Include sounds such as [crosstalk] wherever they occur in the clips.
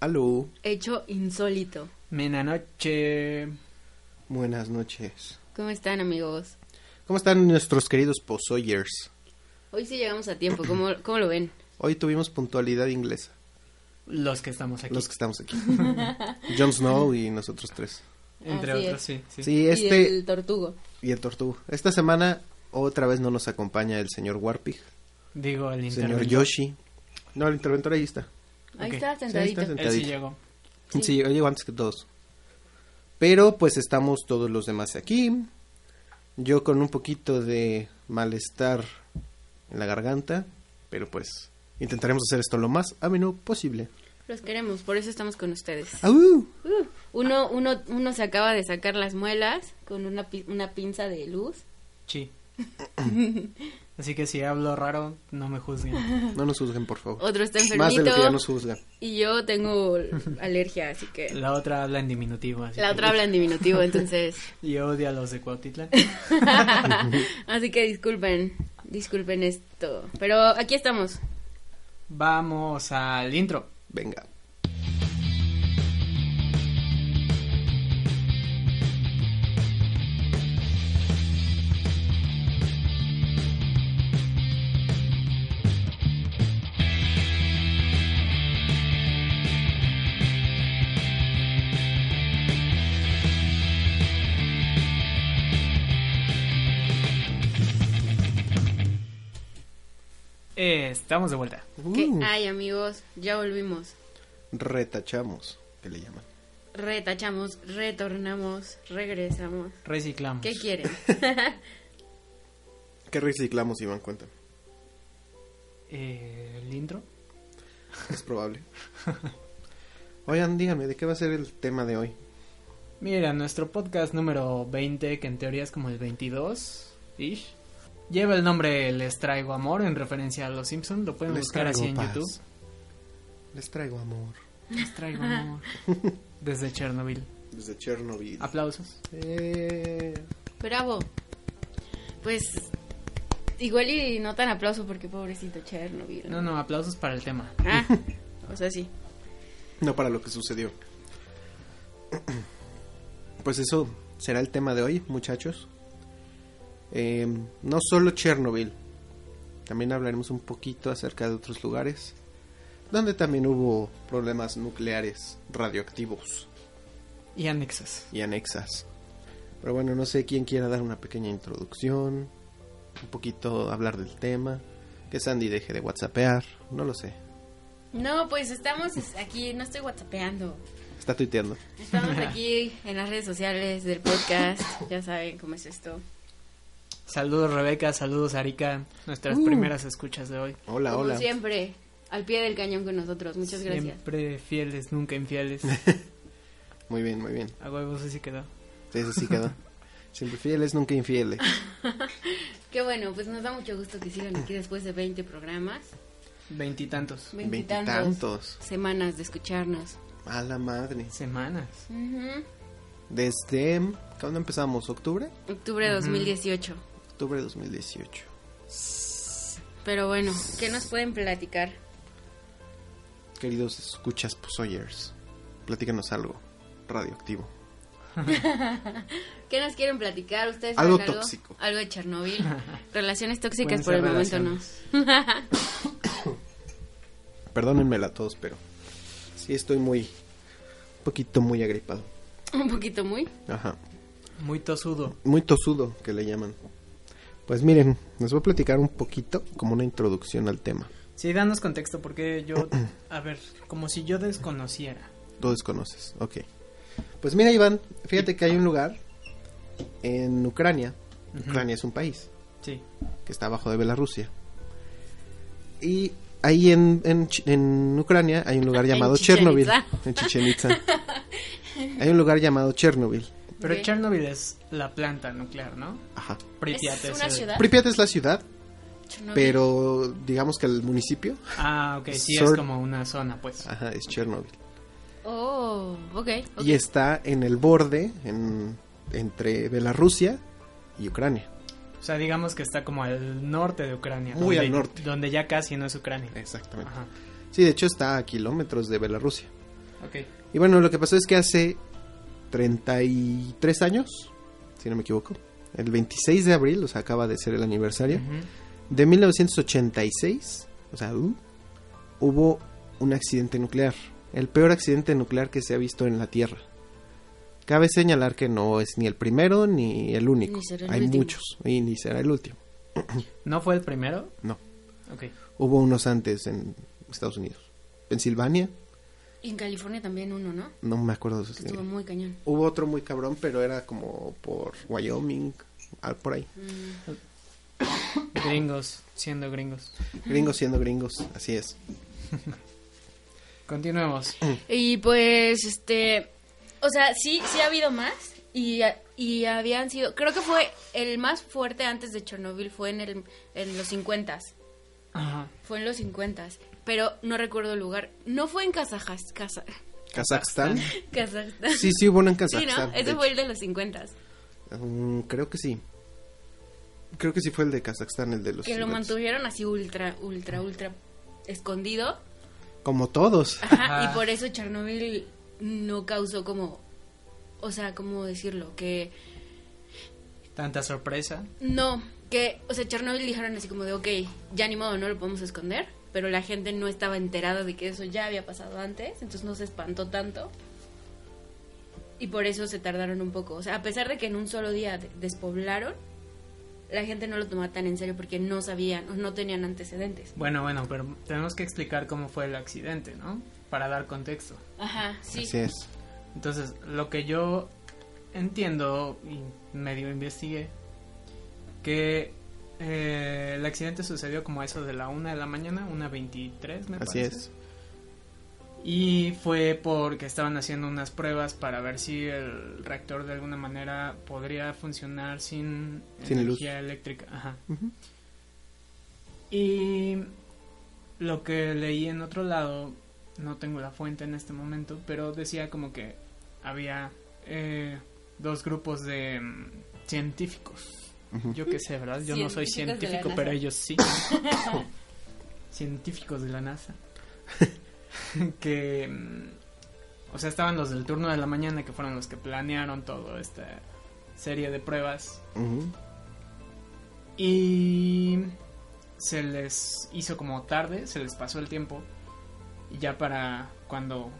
Aló, Hecho insólito. Mena noche. buenas noches. ¿Cómo están, amigos? ¿Cómo están nuestros queridos posoyers? Hoy sí llegamos a tiempo. ¿Cómo, cómo lo ven? Hoy tuvimos puntualidad inglesa, Los que estamos aquí. los que estamos [laughs] aquí. Jon Snow y nosotros tres. Entre Así otros, es. sí, sí. Sí, este Y el tortugo. y el tortugo. Esta semana otra vez no nos acompaña el señor Warpig, Digo, el el señor interventor. Yoshi. No, el interventor ahí está. Ahí Ok. está, Sí, ahí sentadito. está Él sí sentadito. llegó. Sí. Sí, yo llego antes que todos. Pero pues estamos todos los demás aquí. Yo con un poquito de malestar en la garganta, pero pues intentaremos hacer esto lo más ameno posible. Los queremos, por eso estamos con ustedes. ¡Au! Uh, uno, uno, uno se acaba de sacar las muelas con una, pi- una pinza de luz. [laughs] Sí. Así que si hablo raro, no me juzguen. No nos juzguen, por favor. Otro está Más de lo que ya enfermito. nos juzgan. Y yo tengo alergia, así que... La otra habla en diminutivo. Así La que- otra habla en diminutivo, entonces... Y odia a los de [laughs] Cuautitlán. así que disculpen, disculpen esto. Pero aquí estamos. Vamos al intro. Venga. Eh, estamos de vuelta. ¿Qué Uh, hay, amigos? Ya volvimos. retachamos, que le llaman. Retachamos, retornamos, regresamos. Reciclamos. ¿Qué quieren? ¿Qué reciclamos, Iván? Cuenta. Eh, el intro. Es probable. [laughs] Oigan, díganme, ¿de qué va a ser el tema de hoy? Mira, nuestro podcast número 20, que en teoría es como el 22, ish. Lleva el nombre Les Traigo Amor en referencia a Los Simpsons. Lo pueden Les buscar así traigo en paz. YouTube. Les traigo amor. Les Traigo Amor. [laughs] Desde Chernobyl. Desde Chernobyl. Aplausos. Eh, Bravo. Pues igual y no tan aplauso porque pobrecito Chernobyl. No, no, aplausos para el tema. Ah, o sea, sí. No para lo que sucedió. Pues eso será el tema de hoy, muchachos. Eh, no solo Chernobyl. También hablaremos un poquito acerca de otros lugares donde también hubo problemas nucleares radioactivos Y anexos. y anexas. Pero bueno, no sé quién quiera dar una pequeña introducción, un poquito hablar del tema, que Sandy deje de whatsappear, no lo sé. No, pues estamos es- aquí, no estoy whatsappeando. Está tuiteando. Estamos aquí en las redes sociales del podcast. Ya saben cómo es esto. Saludos Rebeca, saludos Arika, nuestras Uh. primeras escuchas de hoy. Hola, Como hola. siempre, al pie del cañón con nosotros. Muchas gracias. Siempre fieles, [laughs] nunca infieles. Muy bien, muy bien. A huevos así quedó. Sí, Eso sí quedó. Siempre fieles, nunca infieles. Qué bueno, pues nos da mucho gusto que sigan aquí después de 20 programas. Veintitantos. Veintitantos. Veintitantos. Semanas de escucharnos. A la madre. Semanas. Ujú. Desde. ¿Cuándo empezamos? ¿Octubre? Octubre de 2018. Octubre de 2018. Pero bueno, ¿qué nos pueden platicar? Queridos escuchas Posoyers, platícanos algo radioactivo. ¿Qué nos quieren platicar ustedes? Algo saben tóxico. Algo [laughs] de Chernobyl. Relaciones tóxicas Pueden por el ser momento no. Perdónenmela a todos, pero. Sí, estoy muy. Un poquito muy agripado. Un poquito muy. Ajá. Muy tosudo. Muy tosudo, que le llaman. Pues miren, les voy a platicar un poquito como una introducción al tema. Sí, danos contexto porque yo, a ver, como si yo desconociera. Tú desconoces, ok. Pues mira, Iván, fíjate que hay un lugar en Ucrania. Ucrania es un país Sí. que está abajo de Bielorrusia. Y ahí en, en, Ch- en Ucrania hay un lugar [laughs] En llamado Chichén Chernobyl. Itzá. En Chichen Itza. hay un lugar llamado Chernobyl. Pero Ok. Chernobyl es la planta nuclear, ¿no? Ajá. Pripyat Es una el- ciudad. Pripyat es la ciudad, Chernobyl. pero digamos que el municipio Ah, ok, sí, Sor- es como una zona, pues. ajá, es Chernobyl. Oh, ok. ok. Y está en el borde en- entre Bielorrusia y Ucrania. O sea, digamos que está como al norte de Ucrania. Muy donde- al norte. Donde ya casi no es Ucrania. Exactamente. Ajá. Sí, de hecho está a kilómetros de Bielorrusia. Ok. Y bueno, lo que pasó es que hace 33 años, si no me equivoco, el 26 de abril, o sea, acaba de ser el aniversario, Ujú. de 1986, o sea, uh, hubo un accidente nuclear, el peor accidente nuclear que se ha visto en la Tierra. Cabe señalar que no es ni el primero ni el único. Ni será el Hay último. muchos y ni será el último. ¿No fue el primero? No, Ok. hubo unos antes en Estados Unidos. Pensilvania, Y en California también uno, ¿no? no me acuerdo. Que si- estuvo muy cañón. Hubo otro muy cabrón, pero era como por Wyoming, ah, por ahí. Mm, Gringos, siendo gringos. Gringos siendo gringos, así es. Continuemos. Y pues, este, o sea, sí, sí ha habido más y, y habían sido, creo que fue el más fuerte antes de Chernobyl, fue en, el, en los 50, Ajá. fue en los 50, pero no recuerdo el lugar, no fue en Kazajas, Kaza, [laughs] Kazajstán. Kazajstán. Sí, sí, hubo uno en Sí, Kazajstán. ¿no? de Ese hecho. fue el de los 50, Mm, creo que sí. Creo que sí fue el de Kazajstán, el de los... que lo 50. mantuvieron así ultra, ultra, ultra escondido. Como todos. Ajá, Ajá. y por eso Chernobyl no causó como, o sea, ¿cómo decirlo? Que... Tanta sorpresa. No, que, o sea, Chernobyl dijeron así como de, ok, ya ni modo, no lo podemos esconder, pero la gente no estaba enterada de que eso ya había pasado antes, entonces no se espantó tanto. Y por eso se tardaron un poco. O sea, a pesar de que en un solo día de- despoblaron, la gente no lo tomaba tan en serio porque no sabían o no tenían antecedentes. Bueno, bueno, pero tenemos que explicar cómo fue el accidente, ¿no? Para dar contexto. Ajá, sí. Así es. Entonces, lo que yo entiendo y medio investigué, que eh, el accidente sucedió como a eso de la una de la mañana, una 23, me Así parece. es. Y fue porque estaban haciendo unas pruebas para ver si el reactor de alguna manera podría funcionar sin, Sin luz. energía eléctrica. Ajá. Ujú. Y lo que leí en otro lado, no tengo la fuente en este momento, pero decía como que había eh, dos grupos de mm, científicos. Ujú. Yo qué sé, ¿verdad? Yo no soy Científicos de la científico, NASA. pero [coughs] ellos sí. científicos de la NASA. [laughs] que... mm, O sea, estaban los del turno de la mañana que fueron los que planearon toda esta serie de pruebas Ujú. y se les hizo como tarde, se les pasó el tiempo. Y ya para cuando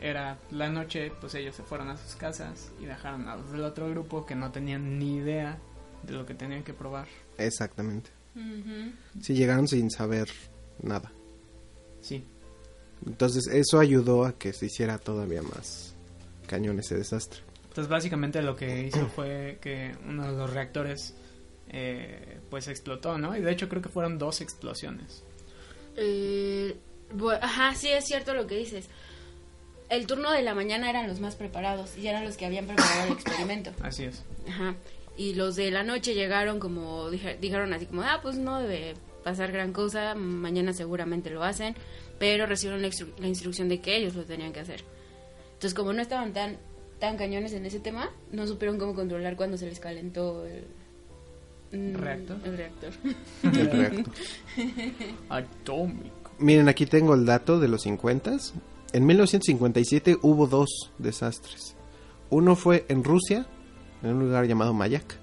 era la noche, pues ellos se fueron a sus casas y dejaron a los del otro grupo que no tenían ni idea de lo que tenían que probar. Exactamente. Ujú. Sí, llegaron sin saber nada. Sí. Entonces, eso ayudó a que se hiciera todavía más cañón ese desastre. Entonces básicamente lo que hizo fue que uno de los reactores eh, pues explotó, ¿no? Y de hecho creo que fueron dos explosiones. Eh, bu- ajá, sí es cierto lo que dices. El turno de la mañana eran los más preparados y eran los que habían [coughs] preparado el experimento. Así es. Ajá. Y los de la noche llegaron como dije- dijeron así como, ah, pues no debe pasar gran cosa, mañana seguramente lo hacen, pero recibieron la, instru- la instrucción de que ellos lo tenían que hacer. Entonces, como no estaban tan tan cañones en ese tema, no supieron cómo controlar cuando se les calentó el mm, ¿Reactor? El reactor. [laughs] El reactor. Atómico. Miren, aquí tengo el dato de los 50. En 1957 hubo dos desastres. Uno fue en Rusia, en un lugar llamado Mayak.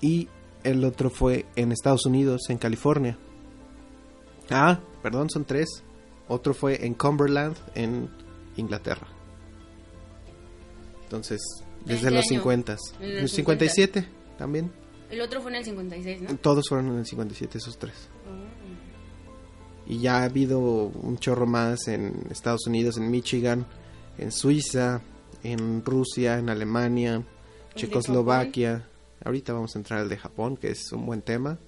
Y el otro fue en Estados Unidos, en California. Ah, perdón, son tres. Otro fue en Cumberland, en Inglaterra. Entonces, desde ¿En qué los Este año? 50. En los En los 57 también. El otro fue en el 56, ¿no? Todos fueron en el 57, esos tres. Oh. Y ya ha habido un chorro más en Estados Unidos, en Michigan, en Suiza, en Rusia, en Alemania, de Checoslovaquia. Ahorita vamos a entrar al de Japón, que es un buen tema.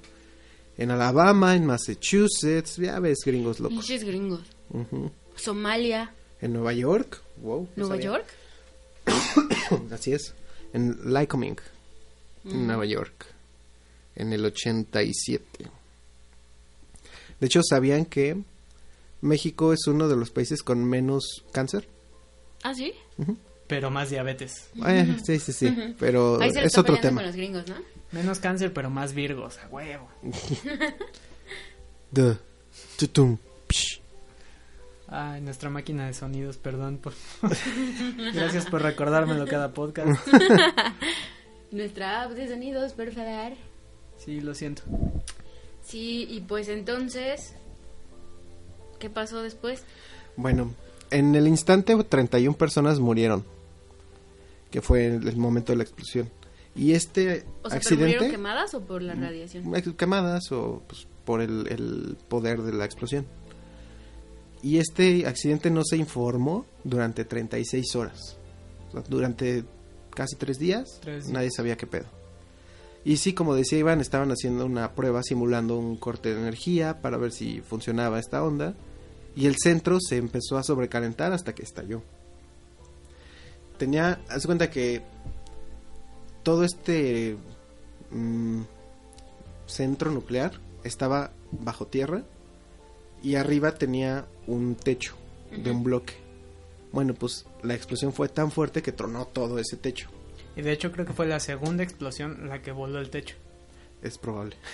En Alabama, en Massachusetts, ya ves, gringos [laughs] locos. Pinches gringos. Ujú. Somalia, En Nueva York, wow. no Nueva sabía. York. [clears throat] Así es. En Lycoming, Mm. en Nueva York, en el 87. De hecho, ¿sabían que México es uno de los países con menos cáncer? Ah, sí. Pero más diabetes. Eh, sí, sí, sí, pero Ahí se le Oh, es está otro tema. peleando con los gringos, ¿no? Menos cáncer, pero más virgos, a huevo. Duh. Tutum. Psh. Ay, nuestra máquina de sonidos, perdón. Por... [laughs] Gracias por recordármelo cada podcast. Nuestra app de sonidos, por favor. Sí, lo siento. Sí, y pues entonces, ¿qué pasó después? Bueno, en el instante 31 personas murieron, que fue el el momento de la explosión. Y este O sea, ¿pero accidente... murieron quemadas o por la radiación? ex- quemadas o pues, por el, el poder de la explosión. Y este accidente no se informó durante 36 horas. O sea, durante casi tres días, Tres días. nadie sabía qué pedo. Y sí, como decía Iván, estaban haciendo una prueba simulando un corte de energía para ver si funcionaba esta onda. Y el centro se empezó a sobrecalentar hasta que estalló. Tenía, haz cuenta que todo este mm, centro nuclear estaba bajo tierra y arriba tenía un techo de un bloque. Bueno, pues la explosión fue tan fuerte que tronó todo ese techo. Y de hecho creo que fue la segunda explosión la que voló el techo. Es probable. [coughs]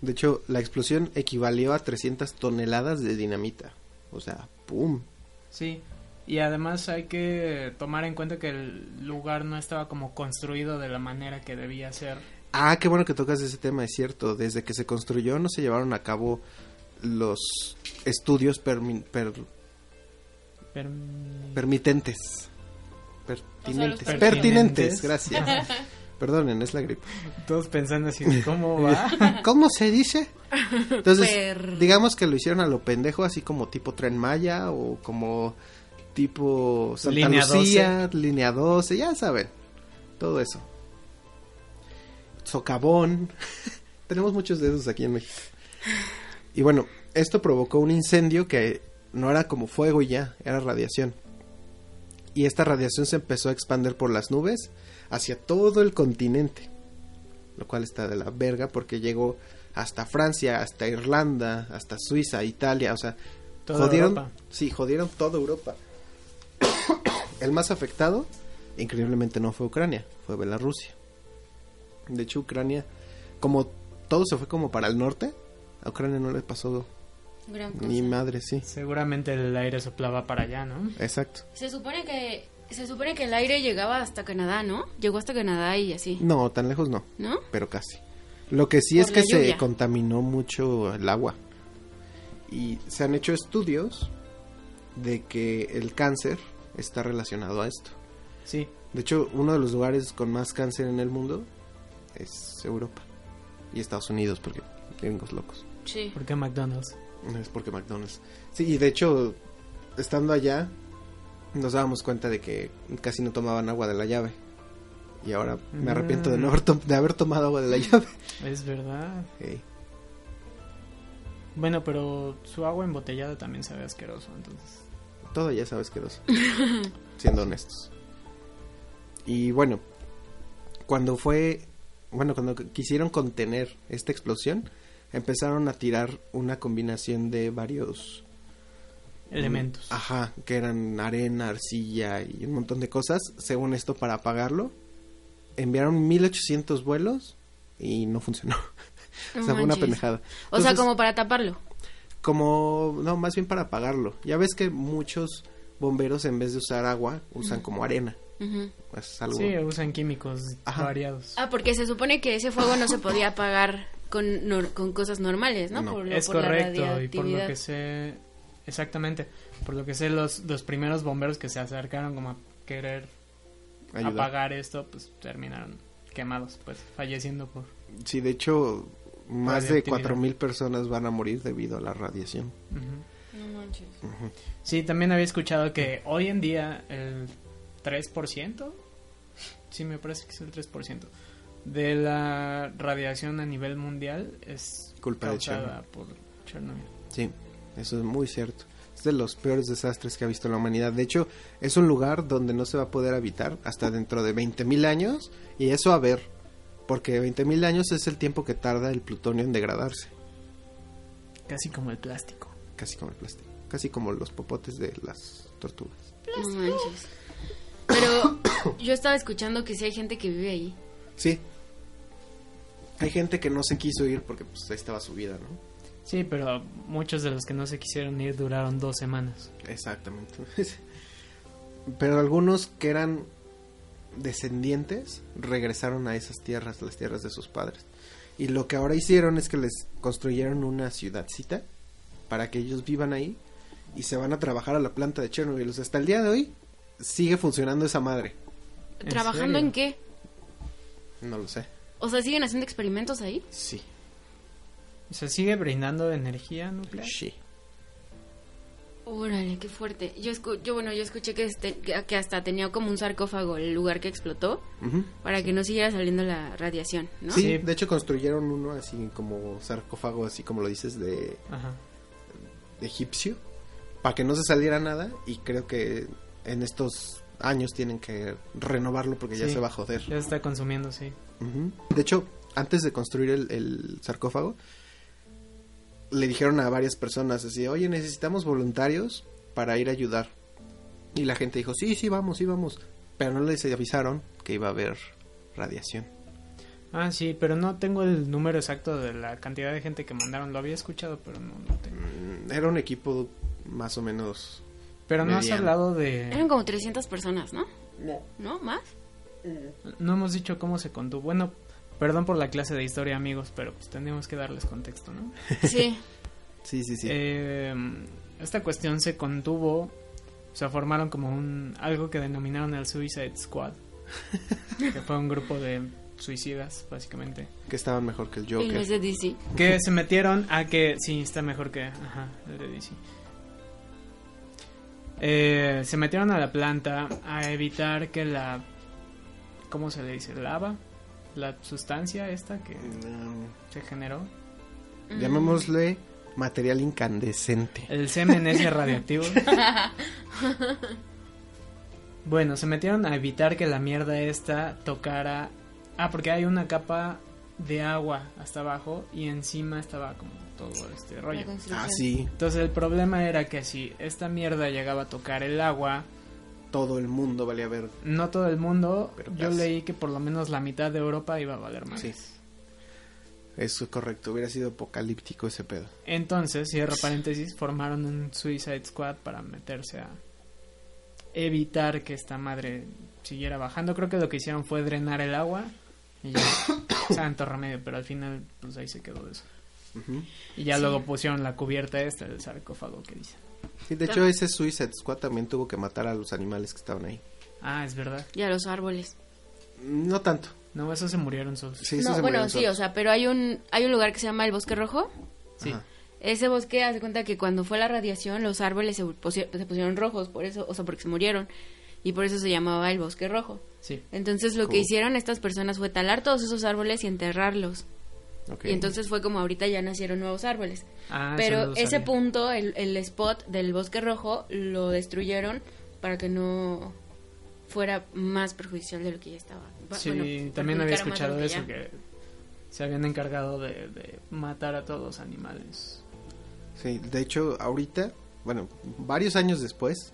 De hecho, la explosión equivalió a 300 toneladas de dinamita. O sea, ¡pum! Sí. Y además hay que tomar en cuenta que el lugar no estaba como construido de la manera que debía ser. Ah, qué bueno que tocas ese tema, es cierto. Desde que se construyó no se llevaron a cabo los estudios permi- per- Pero... permitentes. Pertinentes. pertinentes. pertinentes, gracias. Perdonen, es la gripe. Todos pensando así, ¿cómo va? [laughs] ¿Cómo se dice? Entonces, Per- digamos que lo hicieron a lo pendejo, así como tipo Tren Maya o como tipo Santa Línea Lucía, Línea 12, ya saben, todo eso. Socavón, [laughs] tenemos muchos de esos aquí en México. Y bueno, esto provocó un incendio que no era como fuego y ya, era radiación. Y esta radiación se empezó a expandir por las nubes hacia todo el continente lo cual está de la verga porque llegó hasta Francia, hasta Irlanda, hasta Suiza, Italia, o sea, Toda jodieron, Europa. sí, jodieron toda Europa. [coughs] El más afectado, increíblemente no fue Ucrania, fue Bielorrusia. De hecho, Ucrania, como todo se fue como para el norte, a Ucrania no le pasó Gran cosa. ni madre, sí. Seguramente el aire soplaba para allá, ¿no? Exacto. Se supone que se supone que el aire llegaba hasta Canadá, ¿no? Llegó hasta Canadá y así, No, tan lejos no. ¿no? pero casi. Lo que sí Por es que la se lluvia. contaminó mucho el agua. Y se han hecho estudios de que el cáncer está relacionado a esto. Sí. De hecho, uno de los lugares con más cáncer en el mundo es Europa y Estados Unidos, porque gringos locos. Sí. ¿Por qué McDonald's? No es porque McDonald's. Sí, y de hecho, estando allá, nos dábamos cuenta de que casi no tomaban agua de la llave. Y ahora me arrepiento de, Mm. no haber tom- de haber tomado agua de la [laughs] llave. Es verdad. Ey. Bueno, pero su agua embotellada también sabe asqueroso, entonces. Todo ya sabes que dos. [laughs] siendo honestos. Y bueno, cuando fue. Bueno, cuando qu- quisieron contener esta explosión, empezaron a tirar una combinación de varios. mm, Elementos. Ajá, que eran arena, arcilla y un montón de cosas, según esto, para apagarlo. Enviaron 1800 vuelos y no funcionó. [laughs] No o sea, fue una manches. pendejada. O sea, Entonces- como para taparlo. como no más bien para apagarlo ya ves que muchos bomberos en vez de usar agua usan como arena Ujú. es algo Sí, usan químicos Ajá. variados. Ah, porque se supone que ese fuego no se podía apagar con, nor- con cosas normales, ¿no? No. Por lo- Es por la correcto, y por lo radioactividad. que sé, exactamente, por lo que sé, los, los primeros bomberos que se acercaron como a querer ayuda. apagar esto, pues terminaron quemados, pues falleciendo por... sí de hecho más de Radioactividad. 4000 personas van a morir debido a la radiación Ujú. No manches. Sí, también había escuchado que hoy en día el 3%, sí me parece que es el 3%, de la radiación a nivel mundial es Culpa de causada por Chernobyl. sí eso es muy cierto es de los peores desastres que ha visto la humanidad de hecho es un lugar donde no se va a poder habitar hasta dentro de 20000 años y eso a ver porque 20000 años es el tiempo que tarda el plutonio en degradarse Casi como el plástico. casi como el plástico casi como los popotes de las tortugas No manches. Pero [coughs] yo estaba escuchando que sí hay gente que vive ahí. Sí. Hay gente que no se quiso ir porque pues ahí estaba su vida, ¿no? Sí, pero muchos de los que no se quisieron ir duraron dos semanas. Exactamente. [laughs] Pero algunos que eran descendientes regresaron a esas tierras, las tierras de sus padres. Y lo que ahora hicieron es que les construyeron una ciudadcita para que ellos vivan ahí y se van a trabajar a la planta de Chernobyl. O sea, hasta el día de hoy sigue funcionando esa madre. ¿En ¿Trabajando en serio? qué? No lo sé. O sea, ¿siguen haciendo experimentos ahí? Sí. ¿Se sigue brindando energía nuclear? Sí. Órale, qué fuerte. Yo, escu- yo bueno, yo escuché que, este- que que hasta tenía como un sarcófago el lugar que explotó Ujú. para que no siguiera saliendo la radiación, ¿no? Sí, Sí. de hecho construyeron uno así como sarcófago, así como lo dices, de, Ajá. de egipcio, para que no se saliera nada y creo que en estos años tienen que renovarlo porque ya Sí. se va a joder. Ya se está consumiendo, sí. Ujú. De hecho, antes de construir el, el sarcófago, le dijeron a varias personas así, oye, necesitamos voluntarios para ir a ayudar. Y la gente dijo, sí, sí, vamos, sí, vamos. Pero no les avisaron que iba a haber radiación. Ah, sí, pero no tengo el número exacto de la cantidad de gente que mandaron. Lo había escuchado, pero no lo tengo. Mm, Era un equipo más o menos... Pero no has Mediano. hablado Eran de... como 300 personas, ¿no? No. ¿No? [laughs] ¿Más? No hemos dicho cómo se contuvo. Bueno, perdón por la clase de historia, amigos, pero pues tenemos que darles contexto, ¿no? Sí. Sí, sí, sí. Eh, esta cuestión se contuvo, o sea, formaron como un algo que denominaron el Suicide Squad, que fue un grupo de suicidas, básicamente, que estaban mejor que el Y no es Joker. de DC. que se metieron a que sí está mejor que, ajá, el de DC. Eh, se metieron a la planta a evitar que la, ¿cómo se le dice? Lava, la sustancia esta que No. se generó. Mm. Eh, Llamémosle material incandescente. El semen ese radioactivo. bueno, se metieron a evitar que la mierda esta tocara. Ah, porque hay una capa de agua hasta abajo y encima estaba como todo este La rollo. construcción. Ah, sí, Entonces el problema era que si esta mierda llegaba a tocar el agua, todo el mundo valía ver. no todo el mundo, Pero yo casi. leí que por lo menos la mitad de Europa iba a valer más. Sí. Eso es correcto, hubiera sido apocalíptico ese pedo. Entonces, cierro paréntesis, formaron un Suicide Squad para meterse a evitar que esta madre siguiera bajando. Creo que lo que hicieron fue drenar el agua y ya, [coughs] santo remedio, pero al final, pues ahí se quedó eso. Ujú. Y ya luego pusieron la cubierta esta del sarcófago que dice. Sí, de hecho ese Suicide Squad también tuvo que matar a los animales que estaban ahí. Ah, es verdad. Y a los árboles. No tanto. No, esos se murieron solos. Sí, esos no, se bueno, murieron sí, solos. o sea, pero hay un, hay un lugar que se llama el Bosque Rojo. Sí. Ajá. Ese bosque hace cuenta que cuando fue la radiación los árboles se, pusi- se pusieron rojos, por eso, o sea, porque se murieron. Y por eso se llamaba el Bosque Rojo. Sí. Entonces lo que Cool. hicieron estas personas fue talar todos esos árboles y enterrarlos. Ok. Y entonces fue como ahorita ya nacieron nuevos árboles. Ah, eso no Pero lo ese sabía. punto, el, el spot del bosque rojo, lo destruyeron para que no fuera más perjudicial de lo que ya estaba. Va- Sí, bueno, también había perjudicara más escuchado de lo eso, ya. que se habían encargado de, de matar a todos los animales. Sí, de hecho ahorita, bueno, varios años después,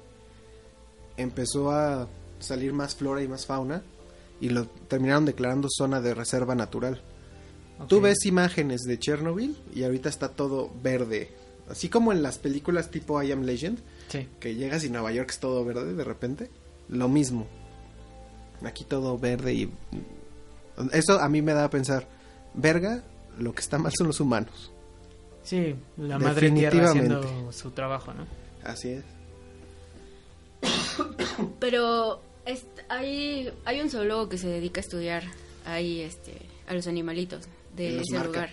empezó a salir más flora y más fauna y lo terminaron declarando zona de reserva natural. Tú Ok. ves imágenes de Chernobyl y ahorita está todo verde. Así como en las películas tipo I Am Legend, Sí. que llegas y Nueva York es todo verde de repente. Lo mismo. Aquí todo verde y... Eso a mí me da a pensar, verga, lo que está mal son los humanos. Sí, la madre tierra haciendo su trabajo, ¿no? Así es. Pero es- hay, hay un zoólogo que se dedica a estudiar ahí este, a los animalitos Y de los ese marca. lugar.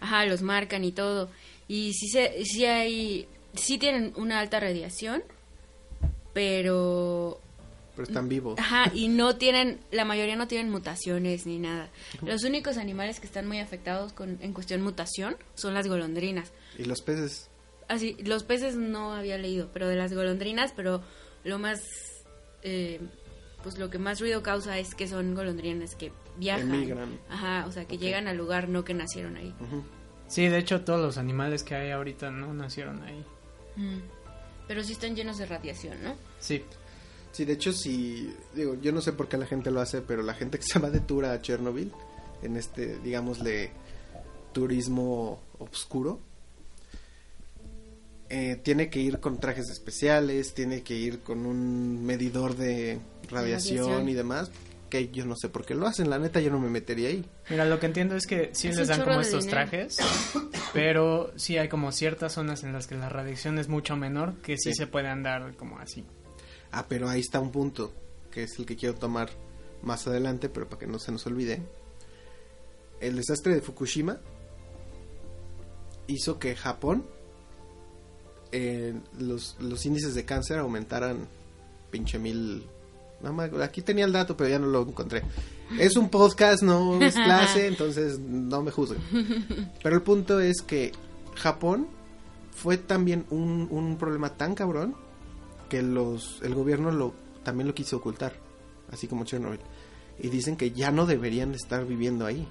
Ajá, los marcan y todo. Y sí, se, sí hay, sí tienen una alta radiación, pero Pero están vivos. Ajá, y no tienen, la mayoría no tienen mutaciones ni nada. Los únicos animales que están muy afectados con, en cuestión mutación son las golondrinas. Y los peces. Así, los peces no había leído, pero de las golondrinas, pero lo más, eh, pues lo que más ruido causa es que son golondrinas que viajan. Emigran. Ajá, o sea, que Ok. llegan al lugar, no que nacieron ahí. Ujú. Sí, de hecho todos los animales que hay ahorita no nacieron ahí. Mm. Pero sí están llenos de radiación, ¿no? Sí, Sí, de hecho, sí. Digo, yo no sé por qué la gente lo hace, pero la gente que [laughs] se va de tour a Chernobyl, en este, digámosle, turismo obscuro, eh, tiene que ir con trajes especiales, tiene que ir con un medidor de radiación, Radiación. y demás, que yo no sé por qué lo hacen, la neta yo no me metería ahí. Mira, lo que entiendo es que sí Es un les dan chorro como de estos dinero. trajes, pero sí hay como ciertas zonas en las que la radiación es mucho menor, que sí, Sí. se puede andar como así. Ah, pero ahí está un punto, que es el que quiero tomar más adelante, pero para que no se nos olvide. El desastre de Fukushima hizo que Japón eh, los, los índices de cáncer aumentaran pinche mil... No, me acuerdo, aquí tenía el dato, pero ya no lo encontré. Es un podcast, no es clase, entonces no me juzguen. Pero el punto es que Japón fue también un, un problema tan cabrón que los el gobierno lo también lo quiso ocultar, así como Chernobyl. Y dicen que ya no deberían estar viviendo ahí,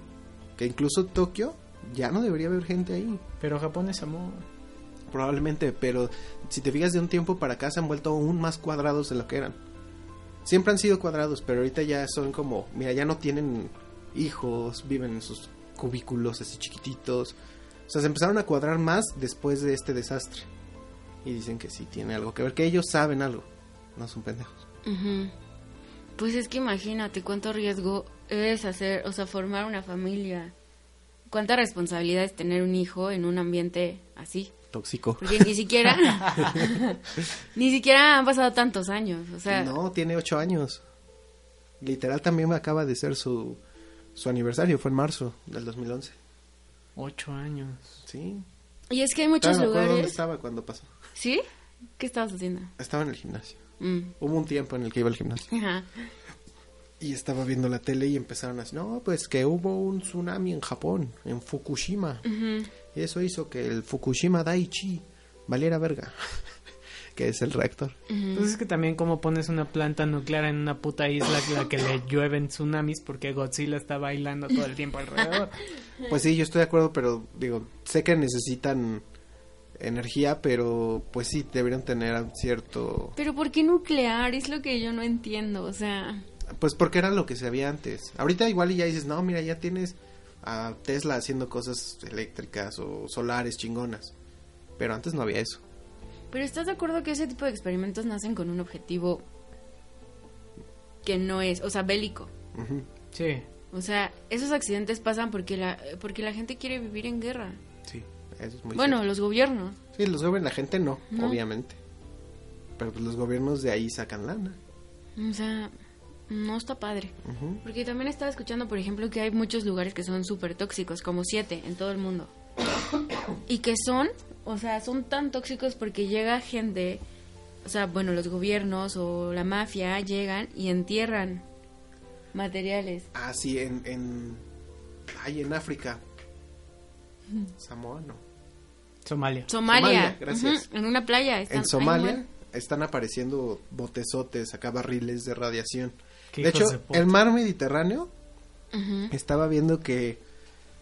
que incluso Tokio ya no debería haber gente ahí, Pero Japón es amor. probablemente, pero si te fijas de un tiempo para acá se han vuelto aún más cuadrados de lo que eran. Siempre han sido cuadrados, pero ahorita ya son como, mira, ya no tienen hijos, viven en sus cubículos así chiquititos. O sea, se empezaron a cuadrar más después de este desastre. Y dicen que sí tiene algo que ver, que ellos saben algo, no son pendejos. Ujú. Pues es que imagínate cuánto riesgo es hacer, o sea, formar una familia. Cuánta responsabilidad es tener un hijo en un ambiente así. tóxico. Porque ni [laughs] siquiera. [laughs] ni siquiera han pasado tantos años. O sea, no, tiene ocho años. Literal también acaba de ser su, su aniversario, fue en marzo del 2011. Ocho años. Sí. y es que hay Todavía muchos me acuerdo dónde lugares. estaba cuando pasó. ¿Sí? ¿Qué estabas haciendo? Estaba en el gimnasio. Mm. Hubo un tiempo en el que iba al gimnasio. Ajá. Y estaba viendo la tele y empezaron así, no, pues que hubo un tsunami en Japón, en Fukushima. Ujú. Y eso hizo que el Fukushima Daiichi valiera verga, [laughs] que es el reactor. Mm. Entonces Pues es que también como pones una planta nuclear en una puta isla a la que le [laughs] llueven tsunamis porque Godzilla está bailando todo el [laughs] tiempo alrededor. Pues sí, yo estoy de acuerdo, pero digo, sé que necesitan energía, pero pues sí, deberían tener a un cierto... Pero ¿por qué nuclear? Es lo que yo no entiendo. O sea, Pues porque era lo que se había antes. Ahorita igual y ya dices, no, mira, ya tienes a Tesla haciendo cosas eléctricas o solares chingonas. Pero antes no había eso. ¿pero estás de acuerdo que ese tipo de experimentos nacen con un objetivo que no es, o sea, bélico? Ujú. Sí. O sea, esos accidentes pasan porque la, porque la gente quiere vivir en guerra. Sí, eso es muy bueno, cierto. los gobiernos. Sí, los gobiernos, la gente no, No. obviamente. Pero pues los gobiernos de ahí sacan lana. O sea, no está padre. Ujú. Porque también estaba escuchando, por ejemplo, que hay muchos lugares que son súper tóxicos, como siete en todo el mundo. [coughs] y que son, o sea, son tan tóxicos porque llega gente, o sea, bueno, los gobiernos o la mafia llegan y entierran materiales. Ah, sí, en, en... Ay, en África. Samoa, no. Somalia. Somalia, Somalia, gracias. ujú, en una playa. están- En ahí Somalia mueren. están apareciendo botezotes, acá barriles de radiación. Qué De hecho, hijos de puta. el mar Mediterráneo Ujú. estaba viendo que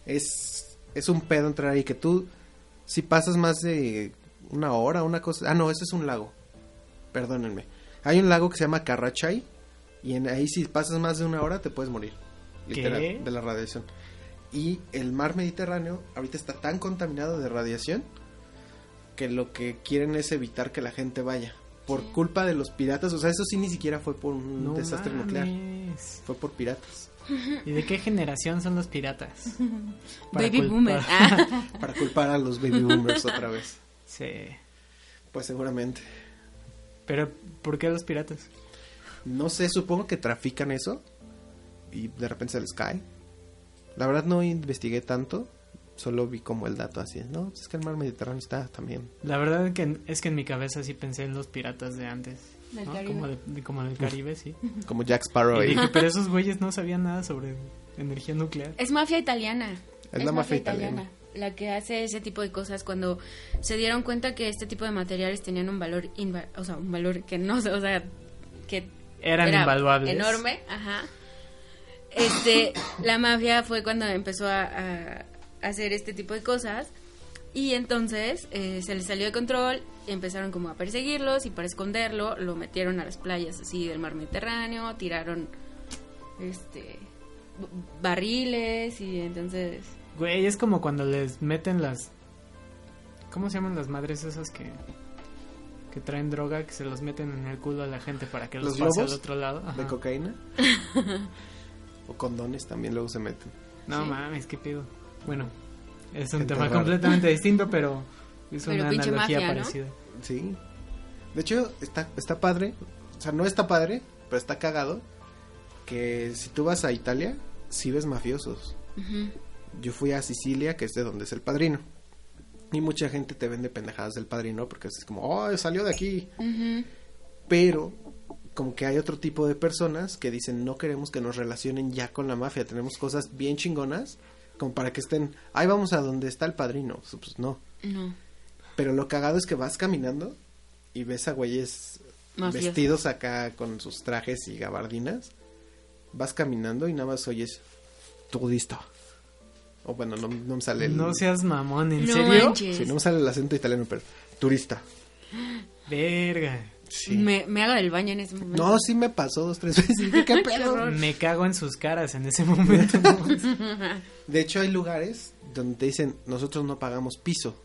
es, es un pedo entrar ahí, que tú, si pasas más de una hora, una cosa... Ah, no, ese es un lago, perdónenme. Hay un lago que se llama Karachay y en ahí si pasas más de una hora te puedes morir, ¿Qué? literal, de la radiación. Y el mar Mediterráneo ahorita está tan contaminado de radiación que lo que quieren es evitar que la gente vaya. Por culpa de los piratas, o sea, eso sí ni siquiera fue por un No desastre nuclear, mames. fue por piratas. ¿Y de qué generación son los piratas? [laughs] Para Mm. Baby culpar- boomer. [laughs] Ah, Para culpar a los baby boomers otra vez. Sí. Pues seguramente. Pero, ¿por qué los piratas? No sé, supongo que trafican eso y de repente se les cae. La verdad no investigué tanto, solo vi como el dato así. No, es que el mar Mediterráneo está también. La verdad es que, es que en mi cabeza sí pensé en los piratas de antes. Del ¿no? Caribe. Como, de- de- como del [laughs] Caribe, sí. Como Jack Sparrow. Y ahí. dije, pero esos güeyes no sabían nada sobre energía nuclear. Es mafia italiana. Es la mafia italiana. La que hace ese tipo de cosas cuando se dieron cuenta que este tipo de materiales tenían un valor, inva- o sea, un valor que no, sé, o sea, que Eran era invaluables. Enorme, ajá. Este, la mafia fue cuando empezó a, a hacer este tipo de cosas y entonces eh, se les salió de control, empezaron como a perseguirlos y para esconderlo lo metieron a las playas así del mar Mediterráneo, tiraron este b- barriles y entonces Güey, es como cuando les meten las ¿Cómo se llaman las madres esas que, que traen droga, que se los meten en el culo a la gente para que ¿Los los, pase al globos? otro lado? Ajá. de cocaína. o condones también luego se meten. No Sí. mames, qué pedo. Bueno, es un Gente tema rara. completamente distinto, pero es Pero una pinche analogía mafia, ¿no? parecida. Sí. De hecho, está, está padre. O sea, no está padre, pero está cagado. Que si tú vas a Italia, sí ves mafiosos. Ujú. Yo fui a Sicilia, que es de donde es el padrino. Y mucha gente te vende pendejadas del padrino porque es como, oh, salió de aquí. Ujú. Pero como que hay otro tipo de personas que dicen, no queremos que nos relacionen ya con la mafia. Tenemos cosas bien chingonas como para que estén, ahí vamos a donde está el padrino. Pues, pues no. No. Pero lo cagado es que vas caminando y ves a güeyes Mafiosos. vestidos acá con sus trajes y gabardinas. Vas caminando y nada más oyes turista. O bueno, no, no me sale el, No seas mamón, ¿en No serio? manches. Sí, no me sale el acento italiano, pero turista. Verga. Sí. Me, me hago del baño en ese momento. No, sí me pasó dos, tres veces. Dije, ¿qué pedo? horror. Me cago en sus caras en ese [laughs] momento. De hecho, hay lugares donde te dicen, nosotros no pagamos piso.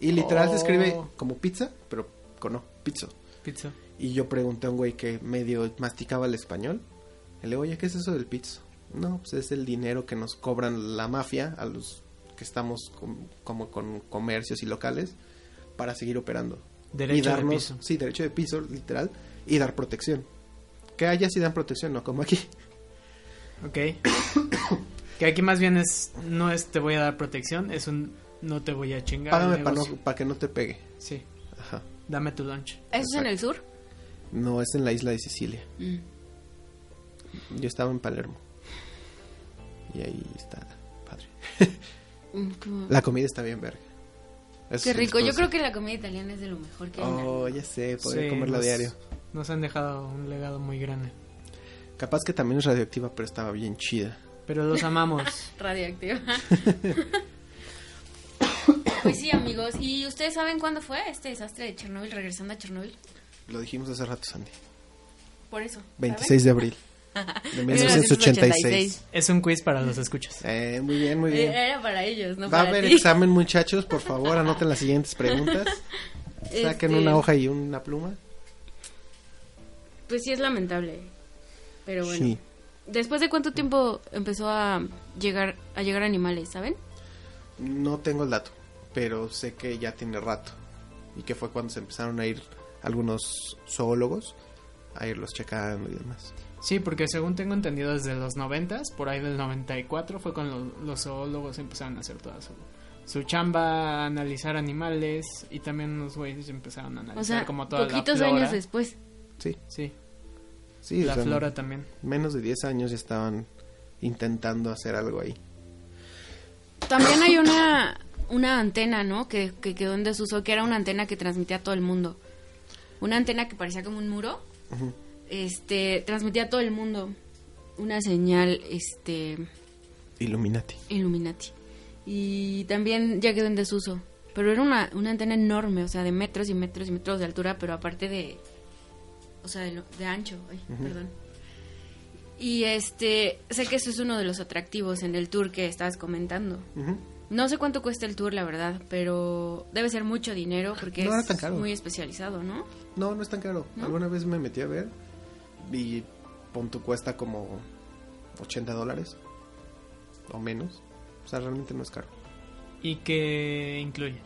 Y literal Oh. se escribe como pizza, pero con no, pizzo. Pizza. Y yo pregunté a un güey que medio masticaba el español. Y le digo, oye, ¿qué es eso del pizzo? No, pues es el dinero que nos cobran la mafia a los que estamos con- como con comercios y locales para seguir operando. Derecho y de darnos, piso. Sí, derecho de piso, literal. Y dar protección. Que allá sí dan protección, no como aquí. Ok. [coughs] que aquí más bien es, no es te voy a dar protección, es un no te voy a chingar. Págame el para negocio. pa que no te pegue. Sí, Ajá. dame tu lunch. ¿Eso es en el sur? No, es en la isla de Sicilia. Mm. Yo estaba en Palermo. Y ahí está, padre. Mm, como- La comida está bien verga. Eso sí Qué les rico. puedo Yo decir. creo que la comida italiana es de lo mejor que hay. en el Oh, mundo. ya sé, podría Sí, comerla nos- diario. Nos han dejado un legado muy grande. Capaz que también es radioactiva, pero estaba bien chida. Pero los [laughs] [laughs] amamos. [coughs] Radioactiva. pues sí, amigos. ¿Y ustedes saben cuándo fue este desastre de Chernobyl? Regresando a Chernobyl. Lo dijimos hace rato, Sandy. Por eso. ¿saben? 26 de [laughs] abril de 1986. es un quiz para los escuchas. Eh, muy bien, muy bien. Era para ellos, no Va a para haber ti. [laughs] examen, muchachos. Por favor, anoten las siguientes preguntas. Saquen Este, una hoja y una pluma. Pues sí, es lamentable. Pero bueno. Sí. ¿Después de cuánto tiempo empezó a llegar a llegar animales, saben? No tengo el dato, pero sé que ya tiene rato. Y que fue cuando se empezaron a ir algunos zoólogos a irlos checando y demás. Sí, porque según tengo entendido desde los 90, por ahí del 94 fue cuando los, los zoólogos empezaron a hacer toda su, su chamba, analizar animales y también unos güeyes empezaron a analizar O sea, como toda poquitos la flora. años después. Sí, Sí, sí. la o sea, flora también. menos de 10 años ya estaban intentando hacer algo ahí. También hay una una antena, ¿no? Que, que quedó en desuso, que era una antena que transmitía a todo el mundo. Una antena que parecía como un muro. Ujú. Este, transmitía a todo el mundo una señal este Illuminati. Illuminati. Y también ya quedó en desuso. Pero era una, una antena enorme, o sea, de metros y metros y metros de altura, pero aparte de. O sea, de, lo- de ancho, ay, perdón. Y este. Sé que eso es uno de los atractivos en el tour que estabas comentando. No sé cuánto cuesta el tour, la verdad, pero debe ser mucho dinero porque Ah, No era es tan caro. muy especializado, ¿no? No, no es tan caro. ¿No? Alguna vez me metí a ver y punto cuesta como 80 dólares o menos. O sea, realmente no es caro. ¿Y qué incluye?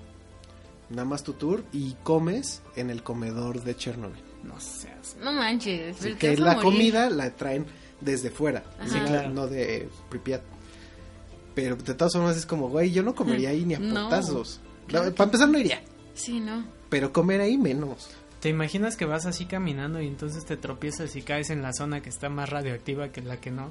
Nada más tu tour y comes en el comedor de Chernobyl. No seas. No manches. Así pero Pues te que vas a la morir. comida la traen desde fuera, Ajá. sí, claro. no de Pripyat. Pero de todas formas es como, güey, yo no comería ahí ni a Mm. No. putazos. Claro que- Para empezar no iría, Sí, no. pero comer ahí menos. ¿Te imaginas que vas así caminando y entonces te tropiezas y caes en la zona que está más radioactiva que la que no?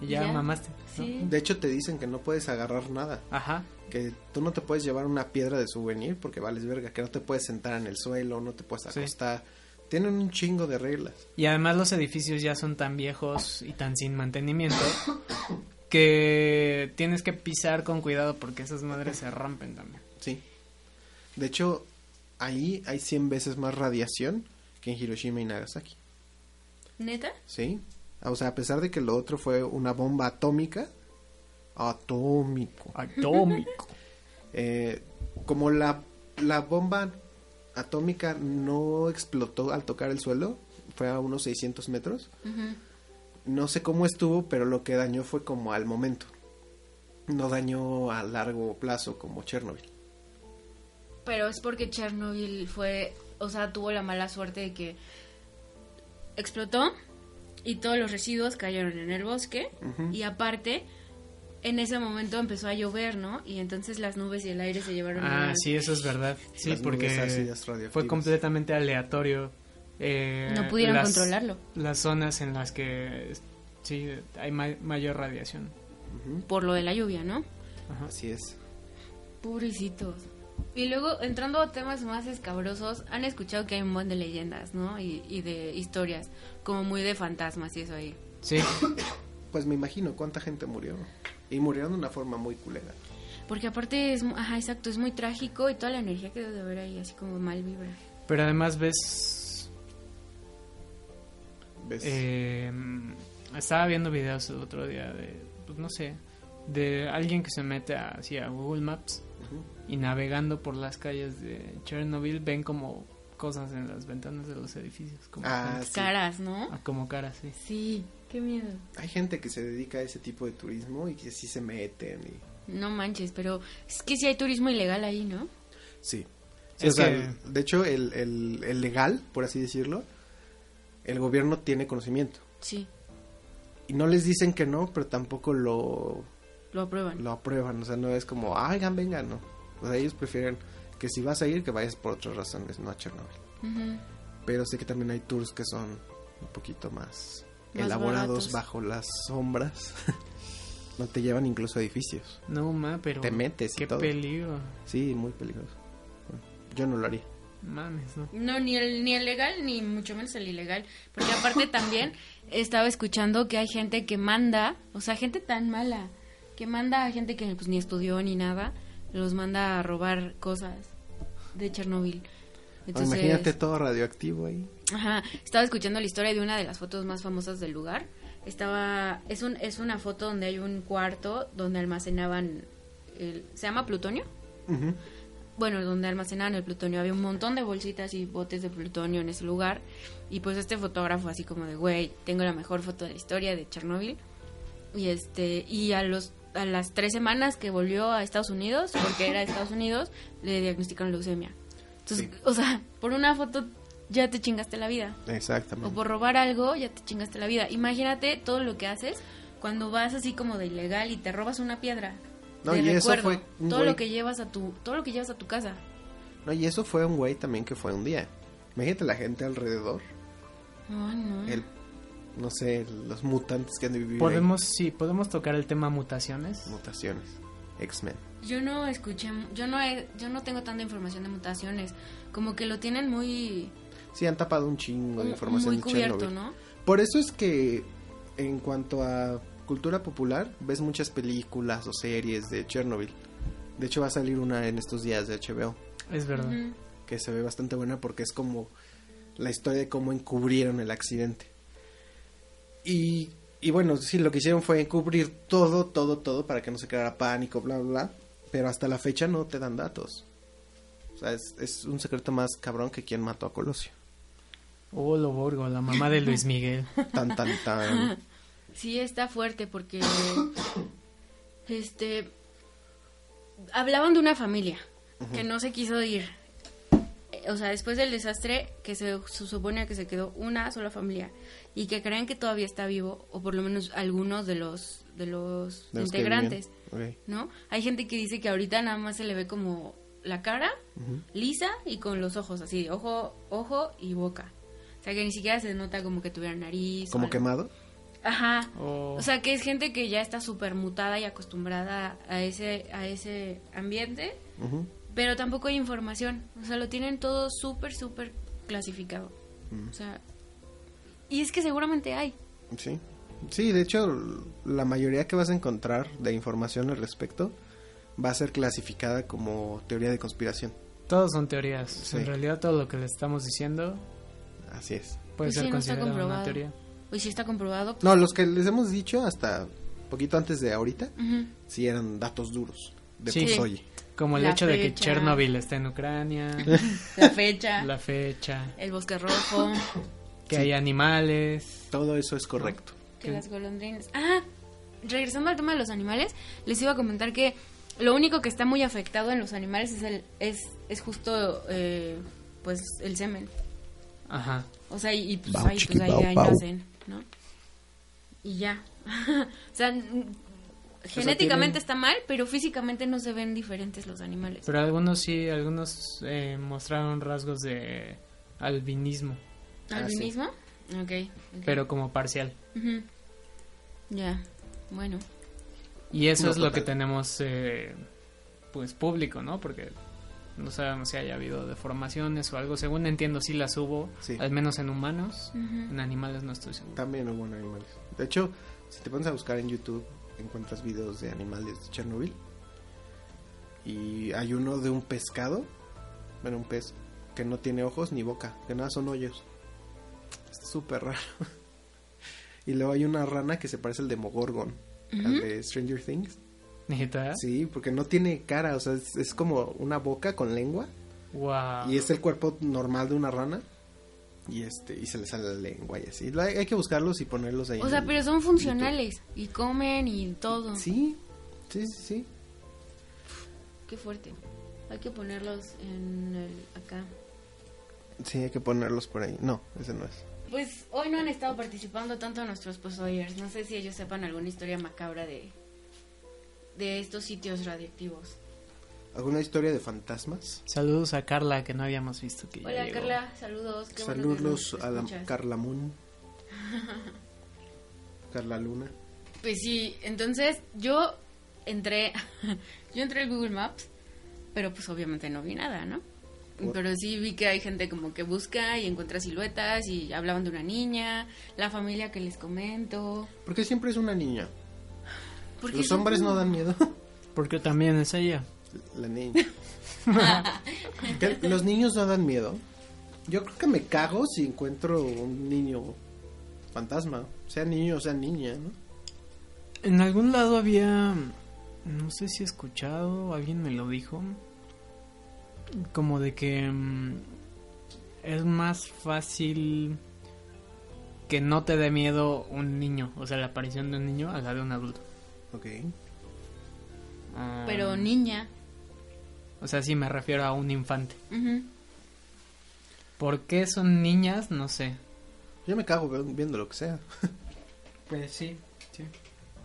Y ya, Ya. mamaste. ¿no? Sí. De hecho te dicen que no puedes agarrar nada. Ajá. que tú no te puedes llevar una piedra de souvenir porque vales verga, que no te puedes sentar en el suelo, no te puedes Sí. acostar. Tienen un chingo de reglas. Y además los edificios ya son tan viejos y tan sin mantenimiento [coughs] que tienes que pisar con cuidado porque esas madres se rompen [laughs] también. Sí. De hecho, ahí hay 100 veces más radiación que en Hiroshima y Nagasaki. ¿Neta? Sí. O sea, a pesar de que lo otro fue una bomba atómica, atómico. Atómico. eh, como la la bomba atómica no explotó al tocar el suelo, fue a unos 600 metros. Ujú. No sé cómo estuvo, pero lo que dañó fue como al momento. No dañó a largo plazo como Chernobyl. Pero es porque Chernobyl fue, o sea, tuvo la mala suerte de que explotó y todos los residuos cayeron en el bosque Ujú. y aparte en ese momento empezó a llover, ¿no? Y entonces las nubes y el aire se llevaron Ah, el- sí, eso es verdad. Sí, Las nubes porque ácidas radioactivas. fue completamente aleatorio. eh, No pudieron las- controlarlo Las zonas en las que sí hay ma- mayor radiación. Ujú. por lo de la lluvia, ¿no? Ajá. Así es. Pobrecitos. Y luego, entrando a temas más escabrosos, han escuchado que hay un buen de leyendas, ¿no? Y, y de historias, como muy de fantasmas y eso ahí. [coughs] Sí, Pues me imagino cuánta gente murió. Y murieron de una forma muy culera. Porque aparte es, mu- ajá, exacto, es muy trágico y toda la energía que debe de haber ahí, así como mal vibra. pero además ves ¿Ves? Eh, estaba viendo videos el otro día de, pues no sé, de alguien que se mete así a Google Maps Ujú. y navegando por las calles de Chernobyl ven como cosas en las ventanas de los edificios, como, Ah, gente- sí. Caras, ¿no? ah, como caras, sí. Sí, qué miedo. Hay gente que se dedica a ese tipo de turismo y que sí se meten y... No manches, pero es que sí hay turismo ilegal ahí, ¿no? Sí. Es o sea, que- de hecho, el, el- el legal, por así decirlo, el gobierno tiene conocimiento. Sí, Y no les dicen que no, pero tampoco lo, lo aprueban. lo aprueban. O sea, no es como, "Ah, oigan, vengan, no. O sea, ellos prefieren que si vas a ir, que vayas por otras razones, no a Chernobyl. Ujú. Pero sé que también hay tours que son un poquito más, Más elaborados baratos. bajo las sombras. [laughs] no te llevan incluso a edificios. No, ma, pero... Te metes y Qué todo. peligro. Sí, muy peligroso. Bueno, Yo no lo haría. Mames, ¿no? No, ni el, ni el legal, ni mucho menos el ilegal. Porque aparte también estaba escuchando que hay gente que manda, o sea, gente tan mala, que manda a gente que pues, ni estudió ni nada, los manda a robar cosas de Chernobyl. Ahora, Ah, Imagínate todo radioactivo ahí. Ajá, estaba escuchando la historia de una de las fotos más famosas del lugar. Estaba, es, un, es una foto donde hay un cuarto donde almacenaban, el, ¿se llama plutonio? Ujú. bueno, donde almacenaban el plutonio, había un montón de bolsitas y botes de plutonio en ese lugar. Y pues este fotógrafo así como de, güey, tengo la mejor foto de la historia de Chernobyl. Y este, y a los a las tres semanas que volvió a Estados Unidos, porque era de Estados Unidos, le diagnosticaron leucemia. Entonces, Sí. o sea, por una foto ya te chingaste la vida. O Exactamente. por robar algo ya te chingaste la vida. Imagínate todo lo que haces cuando vas así como de ilegal y te robas una piedra. No, de y eso recuerdo, fue un todo güey- lo que llevas a tu todo lo que llevas a tu casa. No, y eso fue un güey también que fue un día. Imagínate la gente alrededor. Ay, no. El, no sé, los mutantes que han de vivir. ahí. Podemos, sí, podemos tocar el tema mutaciones. Mutaciones. X-Men. Yo no escuché, yo no he- yo no tengo tanta información de mutaciones, como que lo tienen muy Sí, han tapado un chingo de información muy de cubierto, Chernobyl. ¿no? Por eso es que, en cuanto a cultura popular, ves muchas películas o series de Chernobyl. De hecho, va a salir una en estos días de HBO. Es verdad. Ujú. que se ve bastante buena porque es como la historia de cómo encubrieron el accidente. Y, y bueno, sí, lo que hicieron fue encubrir todo, todo, todo para que no se creara pánico, bla, bla, bla. Pero hasta la fecha no te dan datos. O sea, es, es un secreto más cabrón que quién mató a Colosio. Oh, lo borgo, la mamá de [laughs] Luis Miguel. Tan, tan, [laughs] tan. Sí está fuerte porque este hablaban de una familia que no se quiso ir. Eh, O sea, después del desastre que se, se supone que se quedó una sola familia y que creen que todavía está vivo o por lo menos algunos de los de los, de los que integrantes. vivían. Ok. ¿no? Hay gente que dice que ahorita nada más se le ve como la cara lisa y con los ojos así, ojo, ojo y boca. O sea, que ni siquiera se nota como que tuviera nariz. o Como algo. quemado. Ajá. Oh. O sea, que es gente que ya está súper mutada y acostumbrada a ese, a ese ambiente, Ujú. pero tampoco hay información. O sea, lo tienen todo súper, súper clasificado. Mm. O sea, y es que seguramente hay. Sí. Sí, de hecho, la mayoría que vas a encontrar de información al respecto va a ser clasificada como teoría de conspiración. Todos son teorías. Sí. En realidad todo lo que le estamos diciendo Así es. puede Pues ser sí, no está considerado una comprobado. teoría. Hoy sí está [laughs] comprobado. No, los que les hemos dicho hasta poquito antes de ahorita, Ujú. sí eran datos duros. De Sí. pues oye. Como el La hecho de que fecha. Chernobyl está en [laughs] Ucrania, La fecha, la fecha, el bosque rojo, que Sí. hay animales. Todo eso es correcto. que las golondrinas. Ah, regresando al tema de los animales, les iba a comentar que lo único que está muy afectado en los animales es el es, es justo eh, pues el semen. Ajá. O sea, y y, pues Bau, ahí, chiqui, pues, ahí, bau, ahí bau. nacen, ¿no? Y ya. [laughs] o sea, n- genéticamente tienen- está mal, pero físicamente no se ven diferentes los animales. Pero algunos sí, algunos eh, mostraron rasgos de albinismo, Ah, sí. ¿Albinismo? Ok. ok. pero como parcial. Ujú. Ya. Bueno. Y eso No es lo total. que tenemos, eh, pues, público, ¿no? Porque no sabemos si haya habido deformaciones o algo. Según entiendo, sí las hubo, Sí. al menos en humanos. Ujú. En animales no estoy seguro. También hubo en animales. De hecho, si te pones a buscar en YouTube, encuentras videos de animales de Chernobyl. Y hay uno de un pescado, bueno, un pez que no tiene ojos ni boca, que nada son hoyos. Está súper raro. [laughs] Y luego hay una rana que se parece al Demogorgon, al de Stranger Things. ¿Neta? Sí, porque no tiene cara, o sea, es, es como una boca con lengua Wow. y es el cuerpo normal de una rana y este y se le sale la lengua y así. La- Hay que buscarlos y ponerlos ahí. O sea, en- pero son funcionales y comen y todo. Sí, sí, sí, sí. Qué fuerte. Hay que ponerlos en el acá. Sí, hay que ponerlos por ahí. No, ese no es. Pues hoy no han estado participando tanto nuestros posoyers. No sé si ellos sepan alguna historia macabra de de estos sitios radioactivos. ¿Alguna historia de fantasmas? Saludos a Carla, que no habíamos visto que ya Hola llegó. Carla, saludos. qué bueno que Saludos nos a la escuchas. Carla [laughs] Moon. Carla Luna. Pues sí, entonces yo entré, [laughs] yo entré al Google Maps, pero pues obviamente no vi nada, ¿no? Por- Pero sí vi que hay gente como que busca y encuentra siluetas y hablaban de una niña, la familia que les comento. ¿Por qué siempre es una niña? Porque Los son hombres como- no dan miedo. [laughs] Porque también es ella. La niña. ¿Qué? Los niños no dan miedo. Yo creo que me cago si encuentro un niño fantasma. Sea niño o sea niña, ¿no? En algún lado había, mm, no sé si he escuchado, alguien me lo dijo, como de que mm, es más fácil que no te dé miedo un niño, o sea, la aparición de un niño a la de un adulto. Ok. Ah, Pero niña. O sea, sí me refiero a un infante. ujú. ¿Por qué son niñas? No sé. Yo me cago ve- viendo lo que sea. Pues sí, sí.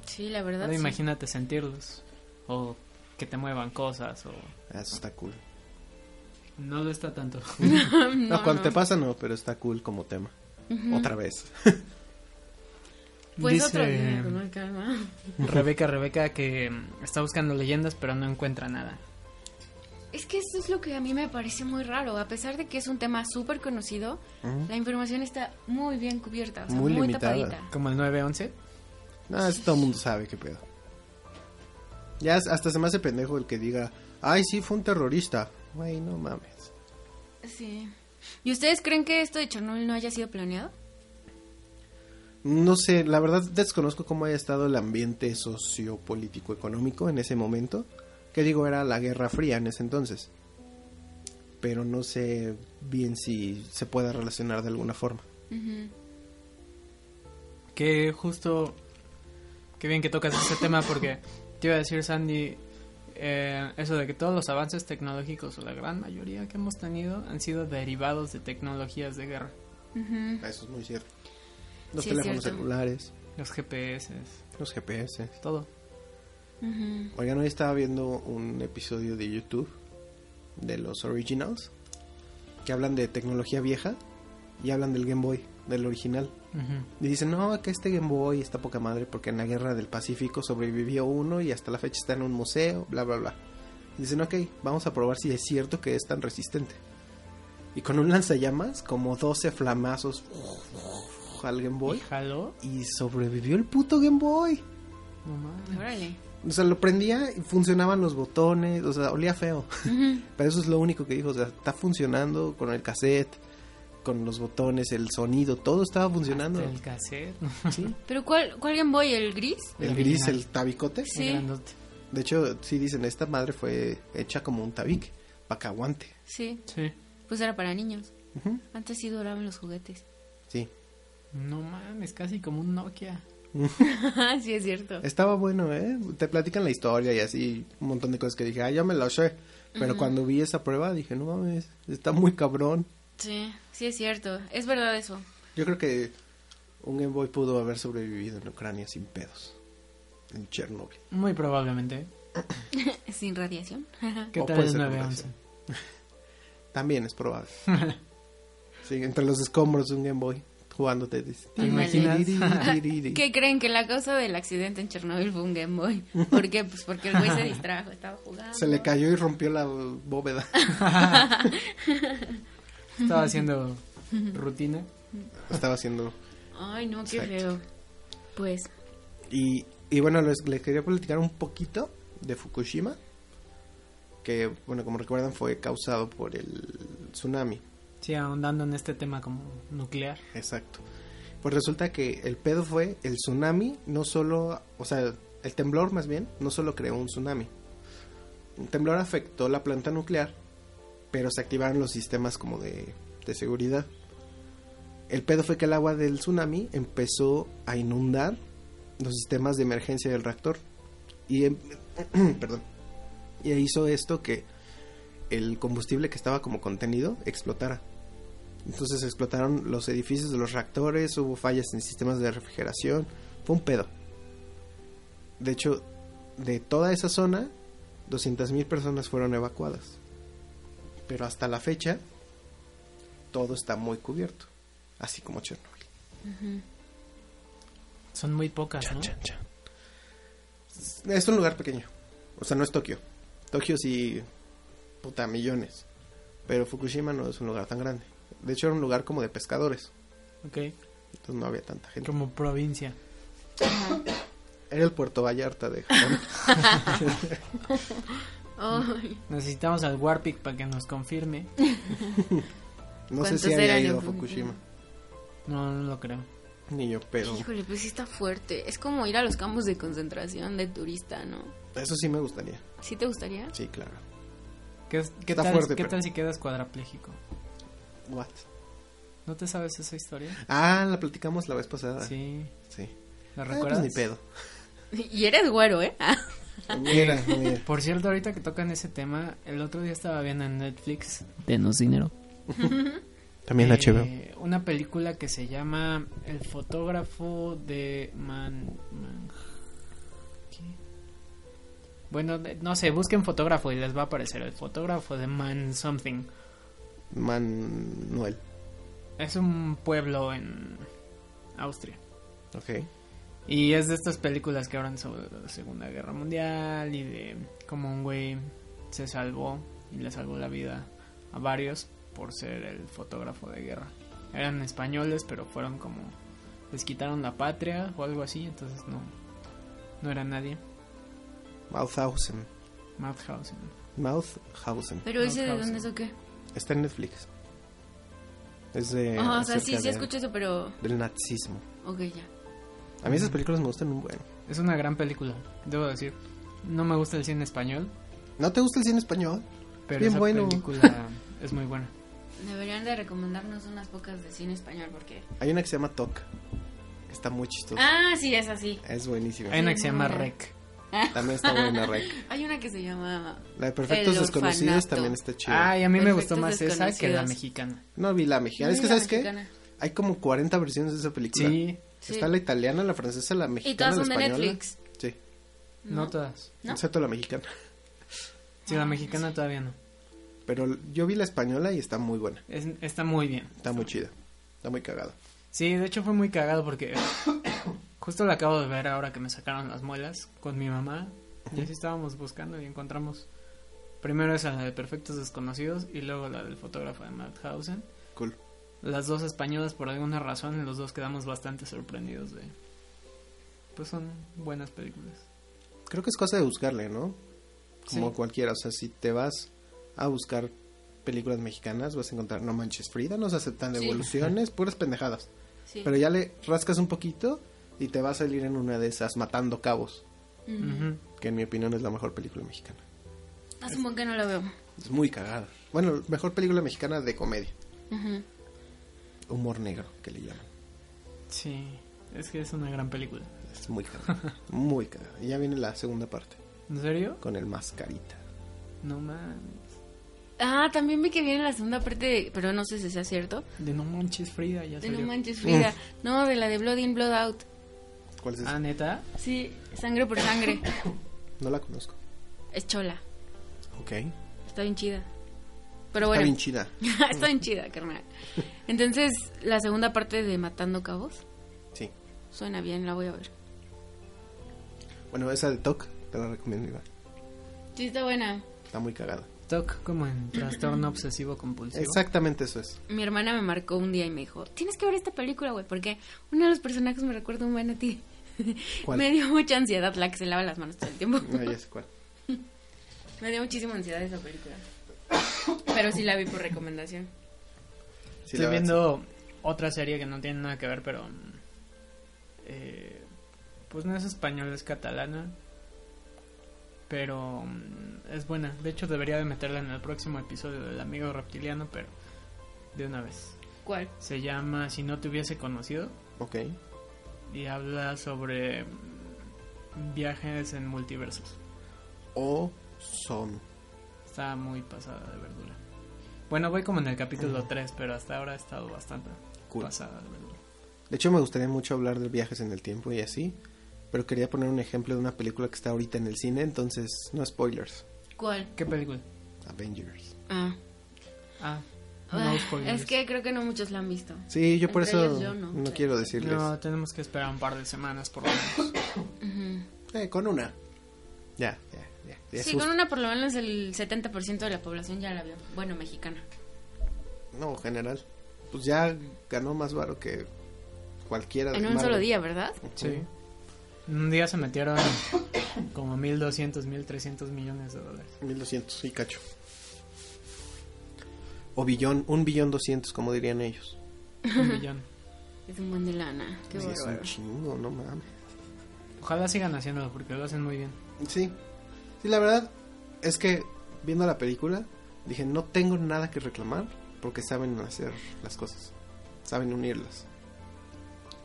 Sí, la verdad. Ahora sí. imagínate sentirlos, o que te muevan cosas, o... Ah, Eso está cool. No lo está tanto. [laughs] No, No, cuando no. te pasa no, pero está cool como tema. Otra vez. Pues Dice- otro día, con más calma. Rebeca, Rebeca, que mm, está buscando leyendas, pero no encuentra nada. Es que eso es lo que a mí me parece muy raro. A pesar de que es un tema súper conocido, Ujú. la información está muy bien cubierta, o sea, Muy muy, limitada. tapadita. Como el 911. No, eso todo el mundo sabe qué pedo. Ya es- hasta se me hace pendejo el que diga, ay, sí, fue un terrorista. Güey, no mames. Sí. ¿Y ustedes creen que esto de Chernobyl no haya sido planeado? No sé, la verdad desconozco cómo haya estado el ambiente sociopolítico económico en ese momento, que digo era la Guerra Fría en ese entonces. Pero no sé bien si se pueda relacionar de alguna forma. Que justo. Qué bien que tocas ese tema porque te iba a decir, Sandy, eh, eso de que todos los avances tecnológicos, o la gran mayoría que hemos tenido, han sido derivados de tecnologías de guerra. Ujú. Eso es muy cierto. Los Sí, es teléfonos cierto. celulares, Los GPS, los GPS. todo. Ujú. Oigan, hoy estaba viendo un episodio de YouTube de los Originals que hablan de tecnología vieja y hablan del Game Boy, del original. Ujú. Y dicen, no, que este Game Boy está poca madre porque en la guerra del Pacífico sobrevivió uno y hasta la fecha está en un museo, bla, bla, bla. Y dicen, ok, vamos a probar si es cierto que es tan resistente. Y con un lanzallamas, como 12 flamazos al Game ¿Y Boy. jaló? Y sobrevivió el puto Game Boy. No mames. Órale. O sea, lo prendía y funcionaban los botones, o sea, olía feo. Ujú. Pero eso es lo único que dijo, o sea, está funcionando con el cassette, con los botones, el sonido, todo estaba funcionando. El cassette. [laughs] Sí. ¿Pero cuál, cuál Game Boy? ¿El gris? El El gris, original. el tabicote. Sí. Grandote. De hecho, sí dicen, esta madre fue hecha como un tabique, para que aguante. Sí, Sí. pues era para niños. Ujú, Antes sí duraban los juguetes. [laughs] Sí. No mames, casi como un Nokia. sí, es cierto. Estaba bueno, ¿eh? Te platican la historia y así, un montón de cosas que dije, ah, yo me lo sé. Pero cuando vi esa prueba dije, no mames, está muy cabrón. Sí, sí es cierto. Es verdad eso. Yo creo que un Game Boy pudo haber sobrevivido en Ucrania sin pedos. En Chernobyl. Muy probablemente. Sin radiación. ¿Qué O tal puede el ser 911? También es [laughs] probable. Sí, entre los escombros de un Game Boy jugándote. dice, ¿Te imaginas? "Tiriririririri". [laughs] ¿Qué creen que la causa del accidente en Chernobyl fue un Game [laughs] Boy? ¿Por qué? Pues porque el güey se distrajo, estaba jugando. Se le cayó y rompió la bóveda. Estaba haciendo rutina. Estaba haciendo. Ay, no, qué Exacto. feo. Pues, Y, y bueno, les, les quería platicar un poquito de Fukushima. Que, bueno, como recuerdan, fue causado por el tsunami. Sí, ahondando en este tema como nuclear. Exacto. Pues resulta que el pedo fue el tsunami, no solo, o sea, el temblor más bien, no solo creó un tsunami. El temblor afectó la planta nuclear, pero se activaron los sistemas como de, de seguridad. El pedo fue que el agua del tsunami empezó a inundar los sistemas de emergencia del reactor. Y, em- [clears throat] perdón, y hizo esto que el combustible que estaba como contenido explotara. Entonces explotaron los edificios de los reactores, hubo fallas en sistemas de refrigeración, fue un pedo. De hecho, de toda esa zona, 200.000 personas fueron evacuadas. Pero hasta la fecha, todo está muy cubierto, así como Chernobyl. Son muy pocas, ¿no? Es un lugar pequeño, o sea, no es Tokio. Tokio sí, puta, millones. Pero Fukushima no es un lugar tan grande. De hecho, era un lugar como de pescadores, Ok. entonces no había tanta gente. Como provincia. Era el Puerto Vallarta de Japón. ay, Necesitamos al Warpic para que nos confirme. No sé ¿Cuántos si haya eran ido a en Punta? Fukushima. No, no lo creo. Ni yo, pero híjole, pues sí está fuerte. Es como ir a los campos de concentración de turista, ¿no? eso sí me gustaría. ¿Sí te gustaría? [laughs] Sí, claro. ¿Qué, qué Está tal, fuerte, ¿qué pero- tal si quedas cuadrapléjico? What? ¿No te sabes esa historia? Ah, la platicamos la vez pasada. Sí. Sí. ¿La Ah, recuerdas? pues ni pedo. Y eres güero, ¿eh? Mira, mira. Por cierto, ahorita que tocan ese tema, el otro día estaba viendo en Netflix. Denos dinero. También eh, HBO. Una película que se llama El fotógrafo de Man. Man- ¿qué? Bueno, de- no sé, busquen fotógrafo y les va a aparecer el fotógrafo de Man Something. Manuel. Es un pueblo en Austria. Ok. Y es de estas películas que hablan sobre la Segunda Guerra Mundial y de cómo un güey se salvó y le salvó la vida a varios por ser el fotógrafo de guerra. Eran españoles, pero fueron como les quitaron la patria o algo así, entonces no no era nadie. Mauthausen. Mauthausen. Mauthausen. Pero ese de Mauthausen. dónde es o qué? Está en Netflix. Es de. Ah, o sea, Eh, acerca sí, sí de- escucho eso, pero... Del nazismo. Ok, ya. A mí esas películas me gustan un buen. Es una gran película, debo decir. No me gusta el cine español, ¿No te gusta el cine español? pero Bien esa bueno. [laughs] película es muy buena. Deberían de recomendarnos unas pocas de cine español, porque... Hay una que se llama Toc. Que está muy chistosa. Ah, sí, es así. Es buenísima. Hay una que se llama buena. Rec. También está [laughs] buena, Rec. Hay una que se llama... La de Perfectos El Desconocidos orfanato. también está chida. Ay, a mí me gustó Perfectos más esa que la desconocidos. mexicana. No vi la mexicana. Es que, La ¿sabes qué? mexicana. Hay como 40 versiones de esa película. Sí, Sí. Está la italiana, la francesa, la mexicana, todas la son de española. Netflix. Sí, no, todas. ¿No? excepto la mexicana. Sí, Ah, la mexicana todavía no. Pero yo vi la española y está muy buena. Es- está muy bien. Está muy chida. Está muy cagada. Sí, de hecho fue muy cagado porque [coughs] justo la acabo de ver ahora que me sacaron las muelas con mi mamá. Y así estábamos buscando y encontramos primero esa la de Perfectos Desconocidos y luego la del fotógrafo de Mauthausen. Cool. Las dos españolas por alguna razón los dos quedamos bastante sorprendidos de... Pues son buenas películas. Creo que es cosa de buscarle, ¿no? Como Sí. cualquiera. O sea, si te vas a buscar películas mexicanas, vas a encontrar No Manches Frida, no se aceptan Sí. devoluciones, puras pendejadas. Sí. Pero ya le rascas un poquito y te va a salir en una de esas matando cabos. Ujú. Ujú. que en mi opinión es la mejor película mexicana. Hace un buen que no la veo. Es muy cagada. Bueno, mejor película mexicana de comedia. Ujú. Humor negro, que le llaman. Sí, es que es una gran película. Es muy cagada. [laughs] muy cagada. Y ya viene la segunda parte, ¿En serio? con el mascarita. No mames. Ah, también vi que viene la segunda parte, de- pero no sé si sea cierto. De No Manches Frida ya De salió. No Manches Frida. No, de la de Blood In, Blood Out. ¿Cuál es esa? Ah, ¿neta? Sí, sangre por sangre. [laughs] No la conozco. Es chola. Ok. Está Está bien chida. Pero bueno, bien chida. [laughs] está bien chida, carnal. Entonces, la segunda parte de Matando Cabos Sí. suena bien, la voy a ver. Bueno, esa de Toc, te la recomiendo igual. Sí, está buena. Está muy cagada. TOC como en trastorno obsesivo compulsivo. Exactamente eso es. Mi hermana me marcó un día y me dijo, tienes que ver esta película, güey, porque uno de los personajes me recuerda un buen a ti. ¿Cuál? [laughs] me dio mucha ansiedad la que se lava las manos todo el tiempo. No, ya sé cuál. me dio muchísima ansiedad esa película. Pero sí la vi por recomendación. Sí, Estoy la verdad, viendo otra serie que no tiene nada que ver, pero... mm, eh, pues no es español, es catalana. Pero mm, es buena. De hecho, debería de meterla en el próximo episodio del Amigo Reptiliano, pero de una vez. ¿Cuál? Se llama Si no te hubiese conocido Ok. y habla sobre mm, viajes en multiversos. O son. Está muy pasada de verdura. Bueno, voy como en el capítulo 3, pero hasta ahora ha estado bastante Cool. pasada de verdura. De hecho, me gustaría mucho hablar de viajes en el tiempo y así. Pero quería poner un ejemplo de una película que está ahorita en el cine, entonces no spoilers. ¿Cuál? ¿Qué película? Avengers. Ah. Ah, Ah, no spoilers. es que creo que no muchos la han visto. Sí, yo por Entre eso ellos yo no, no. quiero decirles. No, tenemos que esperar un par de semanas por lo menos. Ujú. Eh, con una. Ya, ya, ya. ya Sí, sus- con una por lo menos el 70% de la población ya la vio. Bueno, mexicana. No, general. Pues ya ganó más varo que cualquiera. de En un Marvel. solo día, ¿verdad? Ujú. Sí. Un día se metieron como 1.200, 1.300 millones de dólares. 1200 y cacho. O billón, un billón doscientos, como dirían ellos. Un billón. Es un buen de lana. Qué Sí, es un bárbaro. chingo, no mames. Ojalá sigan haciéndolo porque lo hacen muy bien. Sí. Sí, la verdad es que viendo la película dije, no tengo nada que reclamar porque saben hacer las cosas. Saben unirlas.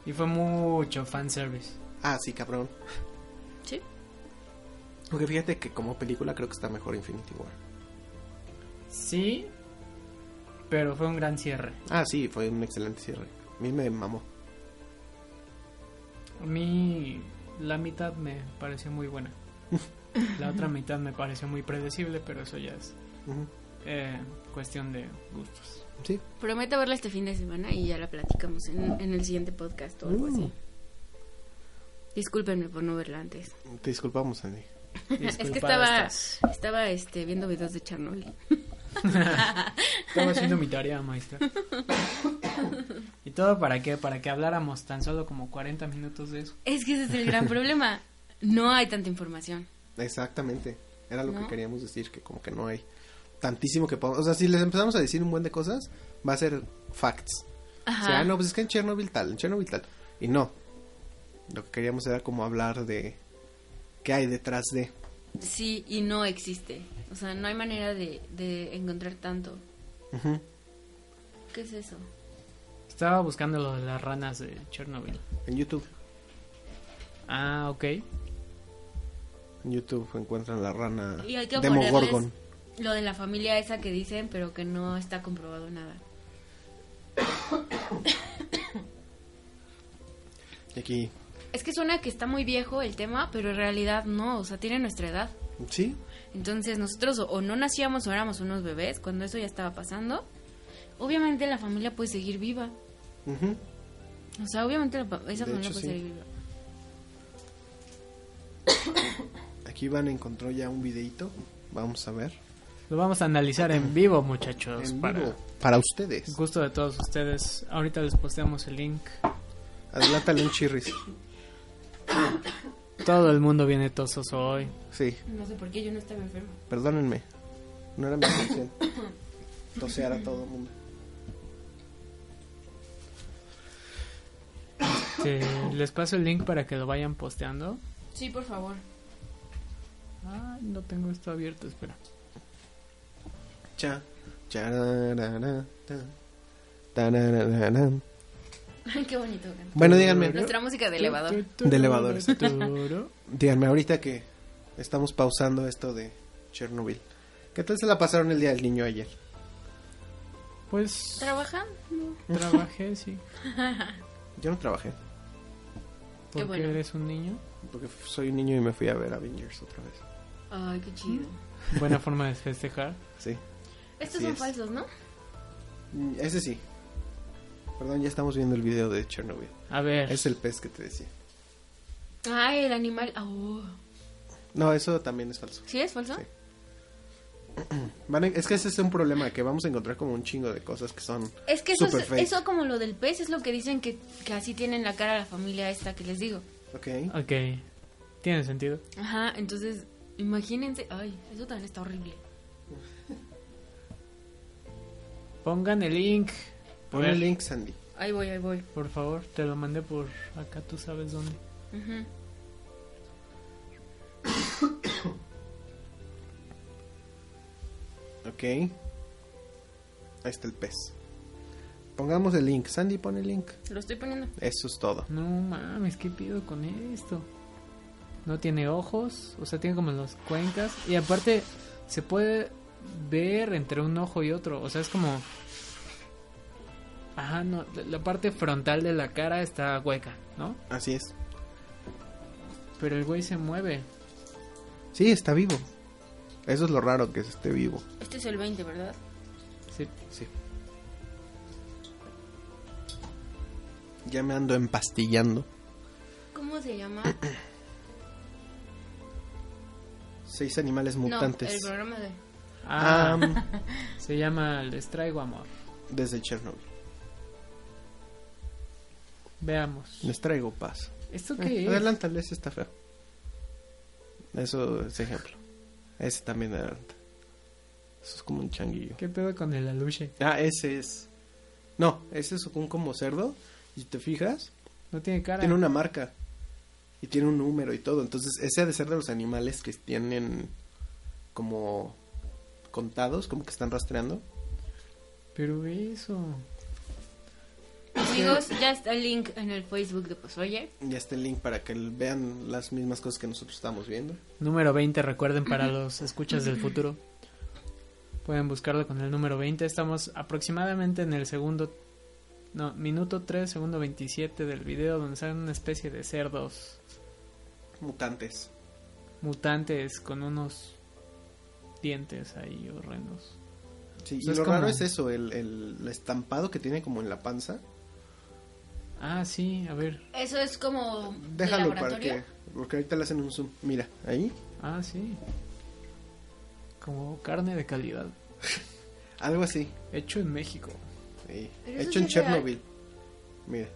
Y fue mucho fanservice. Ah, sí, cabrón. Sí. Porque fíjate que como película creo que está mejor Infinity War. Sí, pero fue un gran cierre. Ah, sí, fue un excelente cierre. A mí me mamó. A mí la mitad me pareció [laughs] muy buena. La otra mitad me pareció muy predecible, pero eso ya es Ujú. eh, cuestión de gustos. Sí. Prometo verla este fin de semana y ya la platicamos en, en el siguiente podcast o algo Uh. así. Discúlpenme por no verla antes. Te disculpamos, Andy. es que Disculpada estaba, estás. estaba este, viendo videos de Chernobyl. Estaba haciendo mi tarea, [laughs] maestra. ¿Y todo para qué? Para que habláramos tan solo como 40 minutos de eso. Es que ese es [laughs] el gran problema. No hay tanta información. Exactamente. Era lo que ¿No? queríamos decir, que como que no hay tantísimo que podamos... O sea, si les empezamos a decir un buen de cosas, va a ser facts. O sea, Ajá. "Ah, no, pues es que en Chernobyl tal, en Chernobyl tal. Y no. Lo que queríamos era como hablar de qué hay detrás de... Sí, y no existe. O sea, no hay manera de, de encontrar tanto. Ujú. ¿Qué es eso? Estaba buscando lo de las ranas de Chernobyl. En YouTube. Ah, ok. En YouTube encuentran la rana Y hay que Demogorgon. ponerles lo de la familia esa que dicen, pero que no está comprobado nada. Y aquí... Es que suena que está muy viejo el tema, pero en realidad no, o sea, tiene nuestra edad. Sí, Entonces nosotros o, o no nacíamos o éramos unos bebés cuando eso ya estaba pasando. Obviamente la familia puede seguir viva. Ujú. O sea, obviamente la pa- esa De familia hecho, puede sí. seguir viva. Aquí Iván encontró ya un videito. Vamos a ver. Lo vamos a analizar en vivo, muchachos. En para vivo. Para ustedes. gusto de todos ustedes. Ahorita les posteamos el link. Adelántale un chirris. Todo el mundo viene tososo hoy. Sí, No sé por qué yo no estaba enferma. perdónenme. No era mi [coughs] intención. Tosear a todo el mundo. [laughs] Este, les paso el link para que lo vayan posteando. Sí, por favor. Ay, no tengo esto abierto, espera. Cha, chararara, ta, tararara. [laughs] Qué bonito. Gan. Bueno, díganme, Nuestra música de elevador. De elevador, exacto. Toro. díganme ahorita que estamos pausando esto de Chernobyl. ¿Qué tal se la pasaron el día del niño ayer? Pues ¿Trabaja? [laughs] trabajé, sí. Yo no trabajé, Porque bueno. eres [laughs] un niño. porque f- soy un niño y me fui a ver Avengers otra vez. Ay, qué chido. Buena forma de festejar. Sí, Estos Así son es. falsos, ¿no? Mm, ese sí. Perdón, ya estamos viendo el video de Chernobyl. A ver. Es el pez que te decía. Ay, el animal. ah, oh. No, eso también es falso. ¿Sí es falso? Sí. Van a- es que ese es un problema, que vamos a encontrar como un chingo de cosas que son Es que eso, super es- fake. eso como lo del pez es lo que dicen que, que así tienen la cara la familia esta que les digo. Ok. Ok. Tiene sentido. Ajá, entonces imagínense. Ay, eso también está horrible. Pongan el link. Pon el link, Sandy. Ahí voy, ahí voy. Por favor, te lo mandé por acá, tú sabes dónde. Ujú. Ok. Ahí está el pez. Pongamos el link. Sandy, pon el link. Lo estoy poniendo. Eso es todo. No mames, ¿qué pido con esto? No tiene ojos, o sea, tiene como las cuencas. Y aparte, se puede ver entre un ojo y otro. O sea, es como. Ajá, no. la- La parte frontal de la cara está hueca, ¿no? Así es. Pero el güey se mueve. Sí, está vivo. Eso es lo raro, que esté vivo. Este es el 20, ¿verdad? Sí. Sí. Ya me ando empastillando. ¿Cómo se [coughs] llama? Seis animales No, el mutantes. programa de... Ah, Am, [laughs] se llama Les traigo amor. desde Chernobyl. Veamos. Les traigo paz. ¿Esto Eh, qué es? adelántale, ese está feo. Eso es ejemplo. Ese también adelanta. Eso es como un changuillo. ¿Qué pedo con el aluche? Ah, ese es. No, ese es un como cerdo. Y te fijas, No tiene cara. tiene una marca. Y tiene un número y todo. Entonces, ese ha de ser de los animales que tienen como contados, como que están rastreando. Pero eso. Amigos, ya está el link en el Facebook de Pues Oye. Ya está el link para que vean las mismas cosas que nosotros estamos viendo. Número 20, recuerden para los escuchas del futuro. Pueden buscarlo con el número 20. Estamos aproximadamente en el segundo. No, minuto 3, segundo 27 del video donde salen una especie de cerdos Mutantes. mutantes con unos dientes ahí horrendos. Sí, Pues y Es lo como- raro es eso, el, el estampado que tiene como en la panza. Ah, sí, a ver. Eso es como... de Déjalo para laboratorio. que. Porque ahorita le hacen un zoom. Mira, ahí. Ah, sí. Como carne de calidad. Algo así. Hecho en México. Sí. Pero eso Hecho sí en es real. Chernobyl. Mira.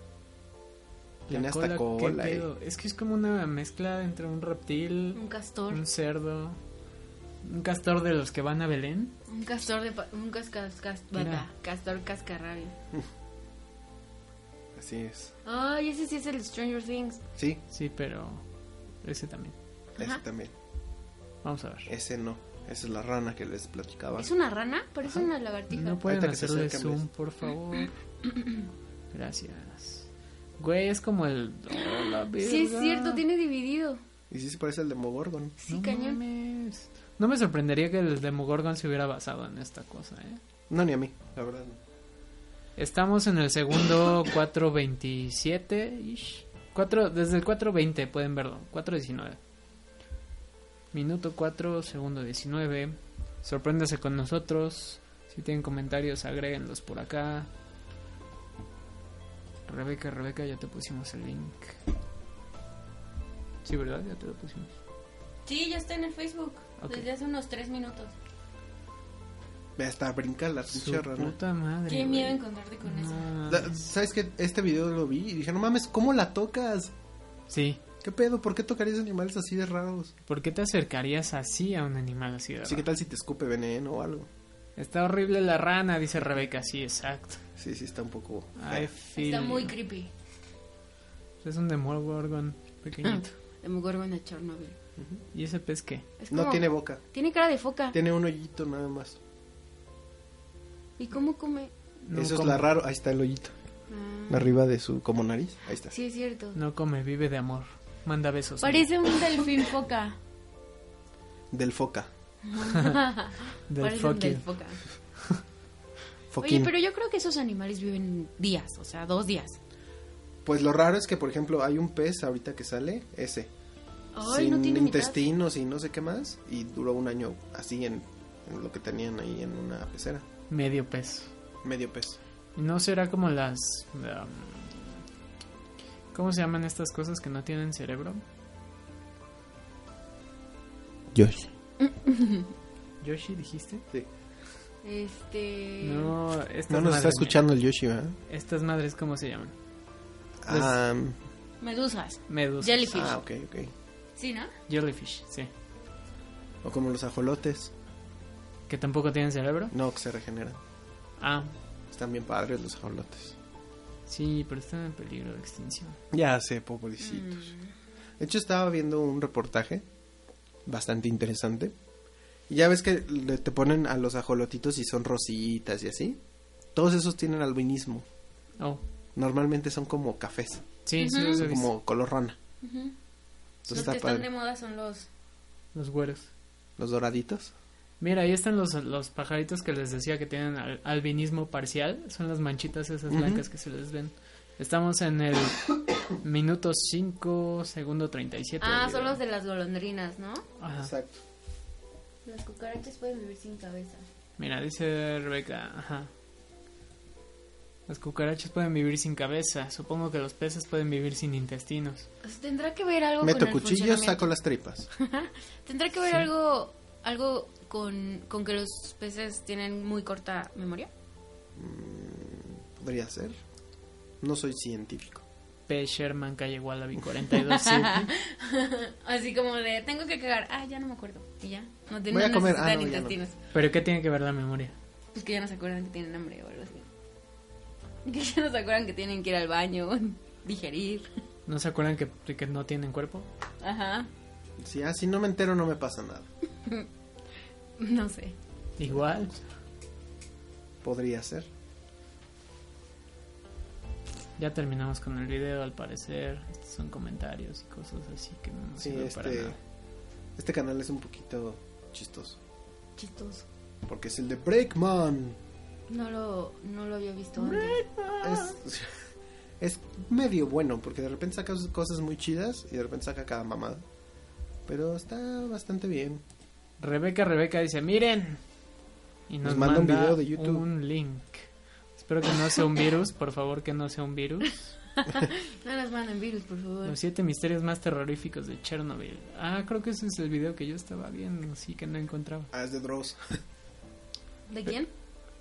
Tiene hasta ¿qué cola. eh. pedo? Es que es como una mezcla entre un reptil, Un castor. Un cerdo. Un castor de los que van a Belén. Un castor de... pa- Un cascas... Cas, Mira. bata, castor cascarrabia. Así es. Ay, ese sí es el Stranger Things. Sí, Sí, pero ese también. ese Ajá. también. Vamos a ver. Ese no. Esa es la rana que les platicaba. ¿Es una rana? Parece una lagartija. Oh. No pueden Ahorita que se hacerle acercan, zoom, ¿ves? por favor. [clears throat] Gracias. Güey, es como el. Oh, la Sí, es verga. cierto, tiene dividido. Y sí se parece al Demogorgon. Sí, No cañón. mames. No me sorprendería que el Demogorgon se hubiera basado en esta cosa, ¿eh? No, ni a mí, la verdad. no. Estamos en el segundo [laughs] 427 -ish. Cuatro- desde el 420 pueden verlo, 419. Minuto 4, segundo 19. Sorpréndase con nosotros. Si tienen comentarios, agréguenlos por acá. Rebeca, Rebeca, ya te pusimos el link. Sí, ¿verdad? Ya te lo pusimos. Sí, ya está en el Facebook. Ok. Desde hace unos tres minutos. Ve, hasta brinca la pinche Su rana. puta madre. Qué güey. miedo encontrarte con eso. No. La- ¿Sabes que Este video lo vi y dije, no mames, ¿cómo la tocas? Sí. ¿Qué pedo? ¿Por qué tocarías animales así de raros? ¿Por qué te acercarías así a un animal así de Así que raro? tal si te escupe veneno o algo. Está horrible la rana, dice Rebeca. Sí, exacto. Sí, sí, está un poco. I feel Está muy you. creepy. Es un Demogorgon pequeñito. [laughs] Demogorgon de Chernobyl. ¿Y ese pez qué? Es No como- tiene boca. Tiene cara de foca. Tiene un hoyito nada más. ¿Y cómo come? No Eso es come- la raro. Ahí está el hoyito. Ah, Arriba de su como nariz. Ahí está. sí, es cierto. No come, vive de amor. Manda besos. Parece un delfín foca. Del foca. [laughs] Del Parece un fuck you. delfín foca. Oye, Foquín. pero yo creo que esos animales viven días, o sea, dos días. Pues lo raro es que, por ejemplo, hay un pez ahorita que sale, ese. Ay, sin no tiene mitad. intestinos y no sé qué más. Y duró un año así en, en lo que tenían ahí en una pecera. Medio pez. Medio pez. ¿Y ¿No será como las... um, ¿Cómo se llaman estas cosas que no tienen cerebro? Yoshi. [laughs] ¿Yoshi dijiste? Este. No, estas No nos está madres, escuchando el Yoshi, ¿verdad? mira, Estas madres, ¿cómo se llaman? Pues- Ah, mm, Medusas. Medusas. Jellyfish. ah, ok, ok. Sí, ¿no? Jellyfish, sí. O como los ajolotes. ¿Que tampoco tienen cerebro? No, que se regeneran. Ah, Están bien padres los ajolotes. sí, pero están en peligro de extinción. Ya sé, Mm. pobrecitos. De hecho, estaba viendo un reportaje bastante interesante. Y ya ves que le- te ponen a los ajolotitos y son rositas y así. Todos esos tienen albinismo. Oh, Normalmente son como cafés, sí, sí, Ujú. los he son visto. como color rana. Ujú. Entonces Los que está están padre. de moda son los. Los güeros. Los doraditos. Mira, ahí están los, los pajaritos que les decía que tienen al- albinismo parcial. Son las manchitas esas Ujú. blancas que se les ven. Estamos en el minuto 5, segundo 37. Ah, del son video. los de las golondrinas, ¿no? Ajá. Exacto. Las cucarachas pueden vivir sin cabeza. Mira, dice Rebeca, ajá. Las cucarachas pueden vivir sin cabeza. Supongo que los peces pueden vivir sin intestinos. O sea, tendrá que ver algo con Meto el cuchillos, funcionamiento? saco las tripas. Tendrá que ver algo, algo con, con que los peces tienen muy corta memoria. Podría ser. No soy científico. P. Sherman, calle [laughs] Wallaby 427. Así como de, tengo que cagar. Ah, ya no me acuerdo. Y ya. No tienen Voy a comer. Ah, no, necesitan ya no. intestinos. ¿Pero qué tiene que ver la memoria? Pues que ya no se acuerdan que tienen hambre o algo así. [laughs] Que ya no se acuerdan que tienen que ir al baño, [laughs] digerir. ¿No se acuerdan que, que no tienen cuerpo? Ajá. Si así no me entero, no me pasa nada. No sé. Igual. Podría ser. Ya terminamos con el video, al parecer. Estos son comentarios y cosas así que no nos Sí, sirven para este, nada. este canal es un poquito chistoso. Chistoso. Porque es el de Breakman. No lo, no lo había visto antes. [laughs] Es, es medio bueno, porque de repente saca sus cosas muy chidas y de repente saca cada mamada. Pero está bastante bien. Rebeca, Rebeca dice, miren. Y nos, Nos manda un video de YouTube. un link. Espero que no sea un virus, por favor, que no sea un virus. No nos manden virus, por favor. Los siete misterios más terroríficos de Chernobyl. Ah, creo que ese es el video que yo estaba viendo, sí que no encontraba. Ah, es de Dross. ¿De quién?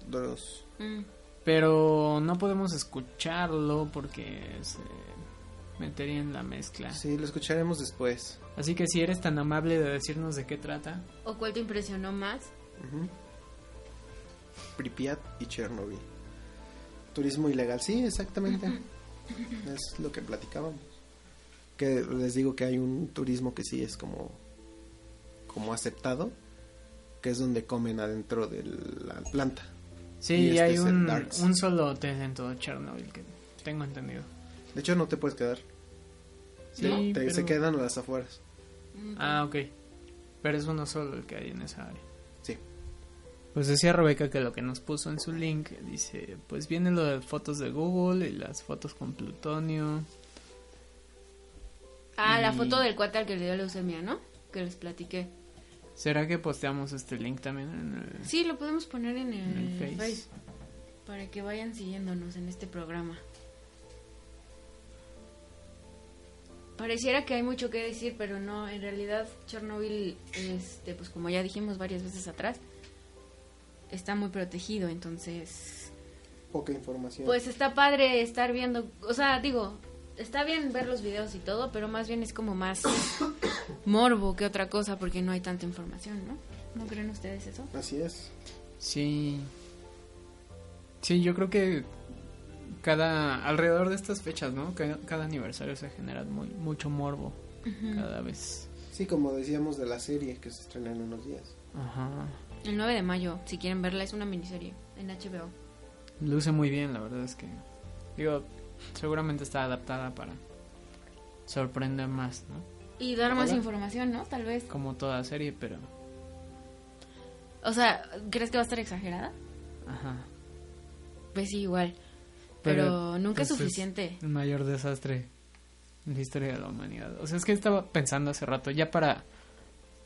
Dross. Mm. Pero no podemos escucharlo porque se metería en la mezcla. Sí, lo escucharemos después. Así que si eres tan amable de decirnos de qué trata. ¿O cuál te impresionó más? Ujú. Pripyat y Chernobyl. Turismo ilegal, sí, exactamente. es lo que platicábamos. Que les digo que hay un turismo que sí es como como aceptado, que es donde comen adentro de la planta. Sí, Y y este hay es el un, Darks. un solo hotel en todo Chernobyl que tengo entendido. De hecho, no te puedes quedar. Sí, Te- te- Se pero- quedan a las afueras. Mm. Ah, ok. Pero es uno solo el que hay en esa área. Sí. Pues decía Rebeca que lo que nos puso en su link dice, pues viene lo de fotos de Google y las fotos con plutonio. Ah, la Y- foto del cuate al que le dio leucemia, ¿no? Que les platiqué. ¿Será que posteamos este link también en el, Sí, lo podemos poner en el, en el Face? Face para que vayan siguiéndonos en este programa. Pareciera que hay mucho que decir, pero no, en realidad Chernobyl, este, pues como ya dijimos varias veces atrás, está muy protegido, entonces, Poca información. pues está padre estar viendo, o sea, digo, está bien ver los videos y todo, pero más bien es como más [coughs] morbo que otra cosa porque no hay tanta información, ¿no? ¿No creen ustedes eso? Así es. Sí. Sí, yo creo que cada alrededor de estas fechas, ¿no? Ca- Cada, aniversario se genera muy, mucho morbo cada vez. Sí, como decíamos de la serie que se estrena en unos días. Ajá. El 9 de mayo, si quieren verla, es una miniserie en HBO. Luce muy bien, la verdad es que. Digo, seguramente está adaptada para sorprender más, ¿no? Y dar más Hola. información, ¿no? Tal vez. Como toda serie, pero. O sea, ¿crees que va a estar exagerada? Ajá. Pues sí, igual. Pero, nunca es pues, suficiente. El mayor desastre en la historia de la humanidad. O sea, es que estaba pensando hace rato, ya para,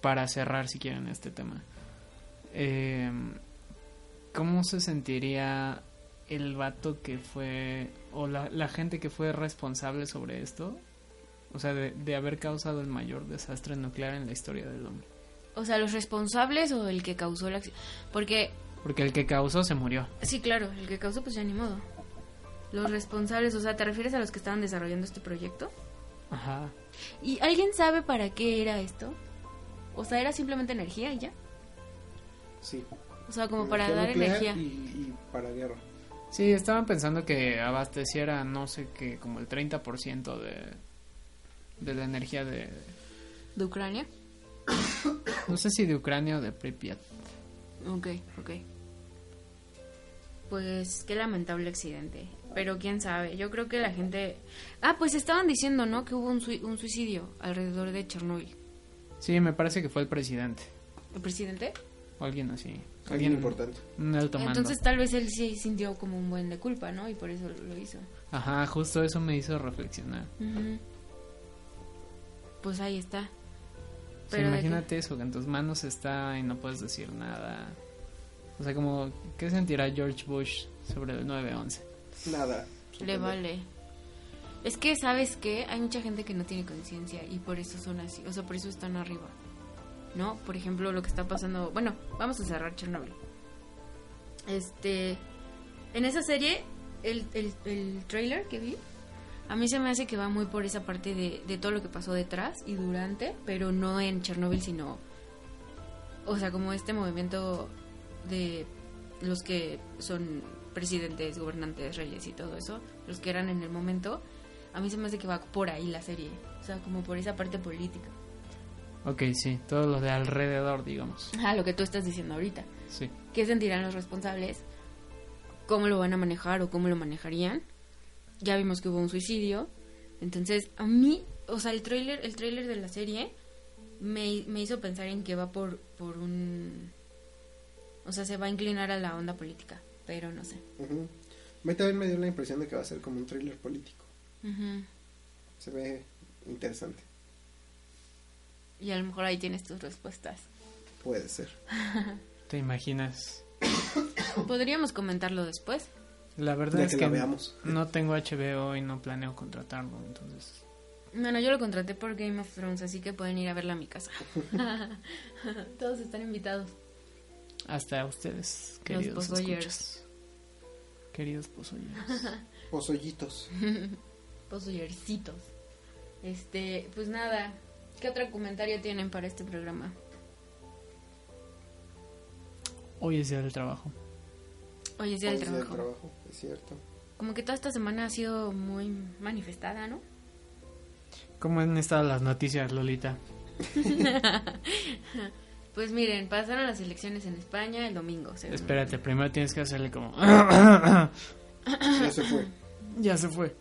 para cerrar si quieren este tema. Eh, ¿Cómo se sentiría el vato que fue, o la, la gente que fue responsable sobre esto? O sea, de, de haber causado el mayor desastre nuclear en la historia del hombre. O sea, los responsables o el que causó la acción. Porque, Porque el que causó se murió. sí, claro, el que causó, pues ya ni modo. Los responsables, o sea, ¿te refieres a los que estaban desarrollando este proyecto? Ajá. ¿Y alguien sabe para qué era esto? O sea, ¿era simplemente energía y ya? Sí. O sea, como para dar Eh, nuclear energía. Y, y para guerra. Sí, estaban pensando que abasteciera, no sé qué, como el 30% de, de la energía de... ¿De Ucrania? No sé si de Ucrania o de Pripyat. Ok, ok. Pues qué lamentable accidente. Pero quién sabe, yo creo que la gente... Ah, pues estaban diciendo, ¿no? Que hubo un, sui- un suicidio alrededor de Chernobyl. Sí, me parece que fue el presidente. ¿El presidente? O alguien así. Alguien importante. Un alto mando. Entonces tal vez él sí sintió como un buen de culpa, ¿no? Y por eso lo hizo. Ajá, justo eso me hizo reflexionar. Ujú. Pues ahí está. O sea, Pero de que- imagínate eso, que en tus manos está y no puedes decir nada. O sea, como, ¿qué sentirá George Bush sobre el 9-11? Nada. Le vale. Es que, ¿sabes qué? Hay mucha gente que no tiene conciencia y por eso son así. O sea, por eso están arriba. ¿No? Por ejemplo, lo que está pasando. Bueno, vamos a cerrar Chernobyl. Este. En esa serie, el, el, el trailer que vi, a mí se me hace que va muy por esa parte de, de todo lo que pasó detrás y durante, pero no en Chernobyl, sino. O sea, como este movimiento de los que son presidentes, gobernantes, reyes y todo eso, los que eran en el momento, a mí se me hace que va por ahí la serie, o sea, como por esa parte política. Ok, sí, todo lo de alrededor, digamos. Ajá, lo que tú estás diciendo ahorita. Sí. ¿Qué sentirán los responsables? ¿Cómo lo van a manejar o cómo lo manejarían? Ya vimos que hubo un suicidio. Entonces, a mí, o sea, el tráiler el tráiler de la serie me, me hizo pensar en que va por, por un... O sea, se va a inclinar a la onda política, pero no sé. Ujú. A mí también me dio la impresión de que va a ser como un thriller político. Ujú. Se ve interesante. Y a lo mejor ahí tienes tus respuestas. Puede ser. ¿Te imaginas? Podríamos comentarlo después. La verdad Ya es que que, la veamos. no tengo HBO y no planeo contratarlo, entonces. Bueno, yo lo contraté por Game of Thrones, así que pueden ir a verla a mi [laughs] casa. Todos están invitados. Hasta a ustedes, Los queridos posoyeros. escuchas. Queridos posoyeros. [laughs] Pozollitos. Posoyercitos. Este, pues nada. ¿Qué otro comentario tienen para este programa? Hoy es día del trabajo. Hoy es día del Hoy es día trabajo. trabajo, es cierto. Como que toda esta semana ha sido muy manifestada, ¿no? ¿Cómo han estado las noticias, Lolita? Pues miren, pasaron las elecciones en España el domingo. según- Espérate, primero tienes que hacerle como. [coughs] Ya se fue. ya se fue.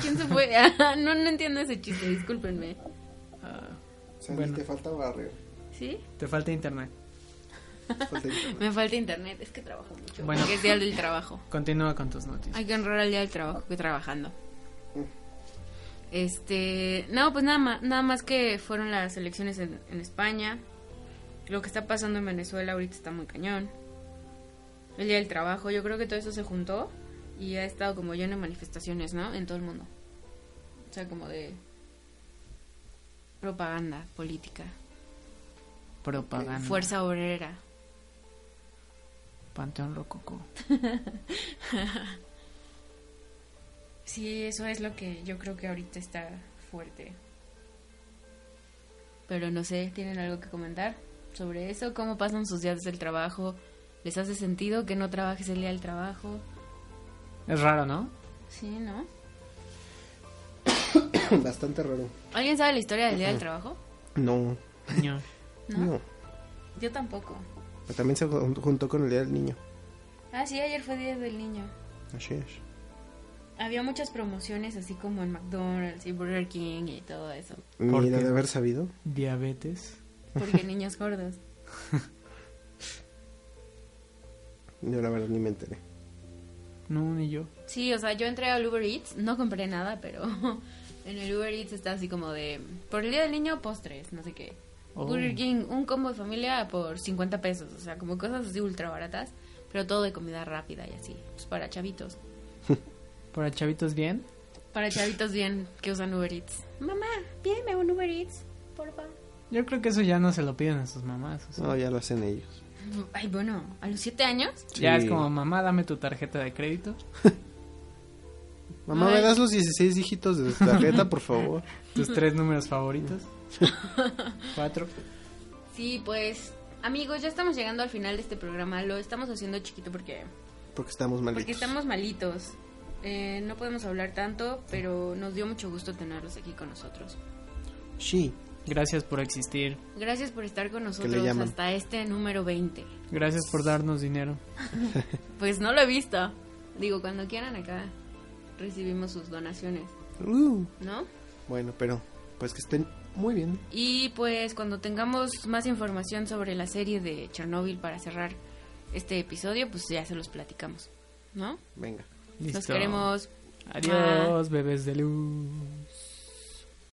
¿Quién se fue? Ah, no, no entiendo ese chiste, discúlpenme. Ah, Sandy, Bueno. te falta [laughs] barrio. ¿Sí? te falta internet. Falta internet. Me falta internet, es que trabajo mucho. Bueno. Porque es día del trabajo. Continúa con tus noticias. Hay que honrar al día del trabajo que trabajando. Mm. Este, no, pues nada más, nada más que fueron las elecciones en, en España. Lo que está pasando en Venezuela ahorita está muy cañón. El día del trabajo, yo creo que todo eso se juntó y ha estado como lleno de manifestaciones, ¿no? En todo el mundo. O sea, como de propaganda política, Propaganda. fuerza obrera. Panteón Rococo. Sí, eso es lo que yo creo que ahorita está fuerte. Pero no sé, ¿tienen algo que comentar sobre eso? ¿Cómo pasan sus días del trabajo? ¿Les hace sentido que no trabajes el día del trabajo? Es raro, ¿no? Sí, ¿no? Bastante raro. ¿Alguien sabe la historia del día del trabajo? No, [laughs] Niño. ¿no? no. Yo tampoco. Pero También se jun- juntó con el Día del Niño. Ah, sí, ayer fue Día del Niño. Así es. Había muchas promociones así como en McDonald's y Burger King y todo eso. ¿Por Mira, qué? de haber sabido. Diabetes. Porque niños gordos. Yo la verdad ni me enteré. No, ni yo. Sí, o sea, yo entré al Uber Eats, no compré nada, pero [laughs] en el Uber Eats está así como de, por el día del niño, postres, no sé qué. Oh. Burger King, un combo de familia por 50 pesos, o sea, como cosas así ultra baratas, pero todo de comida rápida y así, pues para chavitos. Para chavitos bien. Para chavitos bien que usan Uber Eats. Mamá, pídeme un Uber Eats, porfa. Yo creo que eso ya no se lo piden a sus mamás. o sea. No, ya lo hacen ellos. [laughs] Ay, bueno, a los 7 años, Ya Sí. es como, mamá, dame tu tarjeta de crédito. Mamá, Ay. ¿me das los 16 dígitos de tu tarjeta, por favor? Tus tres números favoritos. Cuatro. sí, pues, amigos, ya estamos llegando al final de este programa, lo estamos haciendo chiquito porque Porque estamos malditos. Porque estamos malitos. Eh, no podemos hablar tanto, pero nos dio mucho gusto tenerlos aquí con nosotros. Sí. Gracias por existir. Gracias por estar con le nosotros llaman? hasta este número 20. Gracias por darnos dinero. Pues no lo he visto. Digo, cuando quieran acá recibimos sus donaciones, Uh, ¿no? bueno, pero pues que estén muy bien. Y pues cuando tengamos más información sobre la serie de Chernobyl para cerrar este episodio, pues ya se los platicamos, ¿no? Venga. Listo. Los queremos. Adiós, bebés de luz.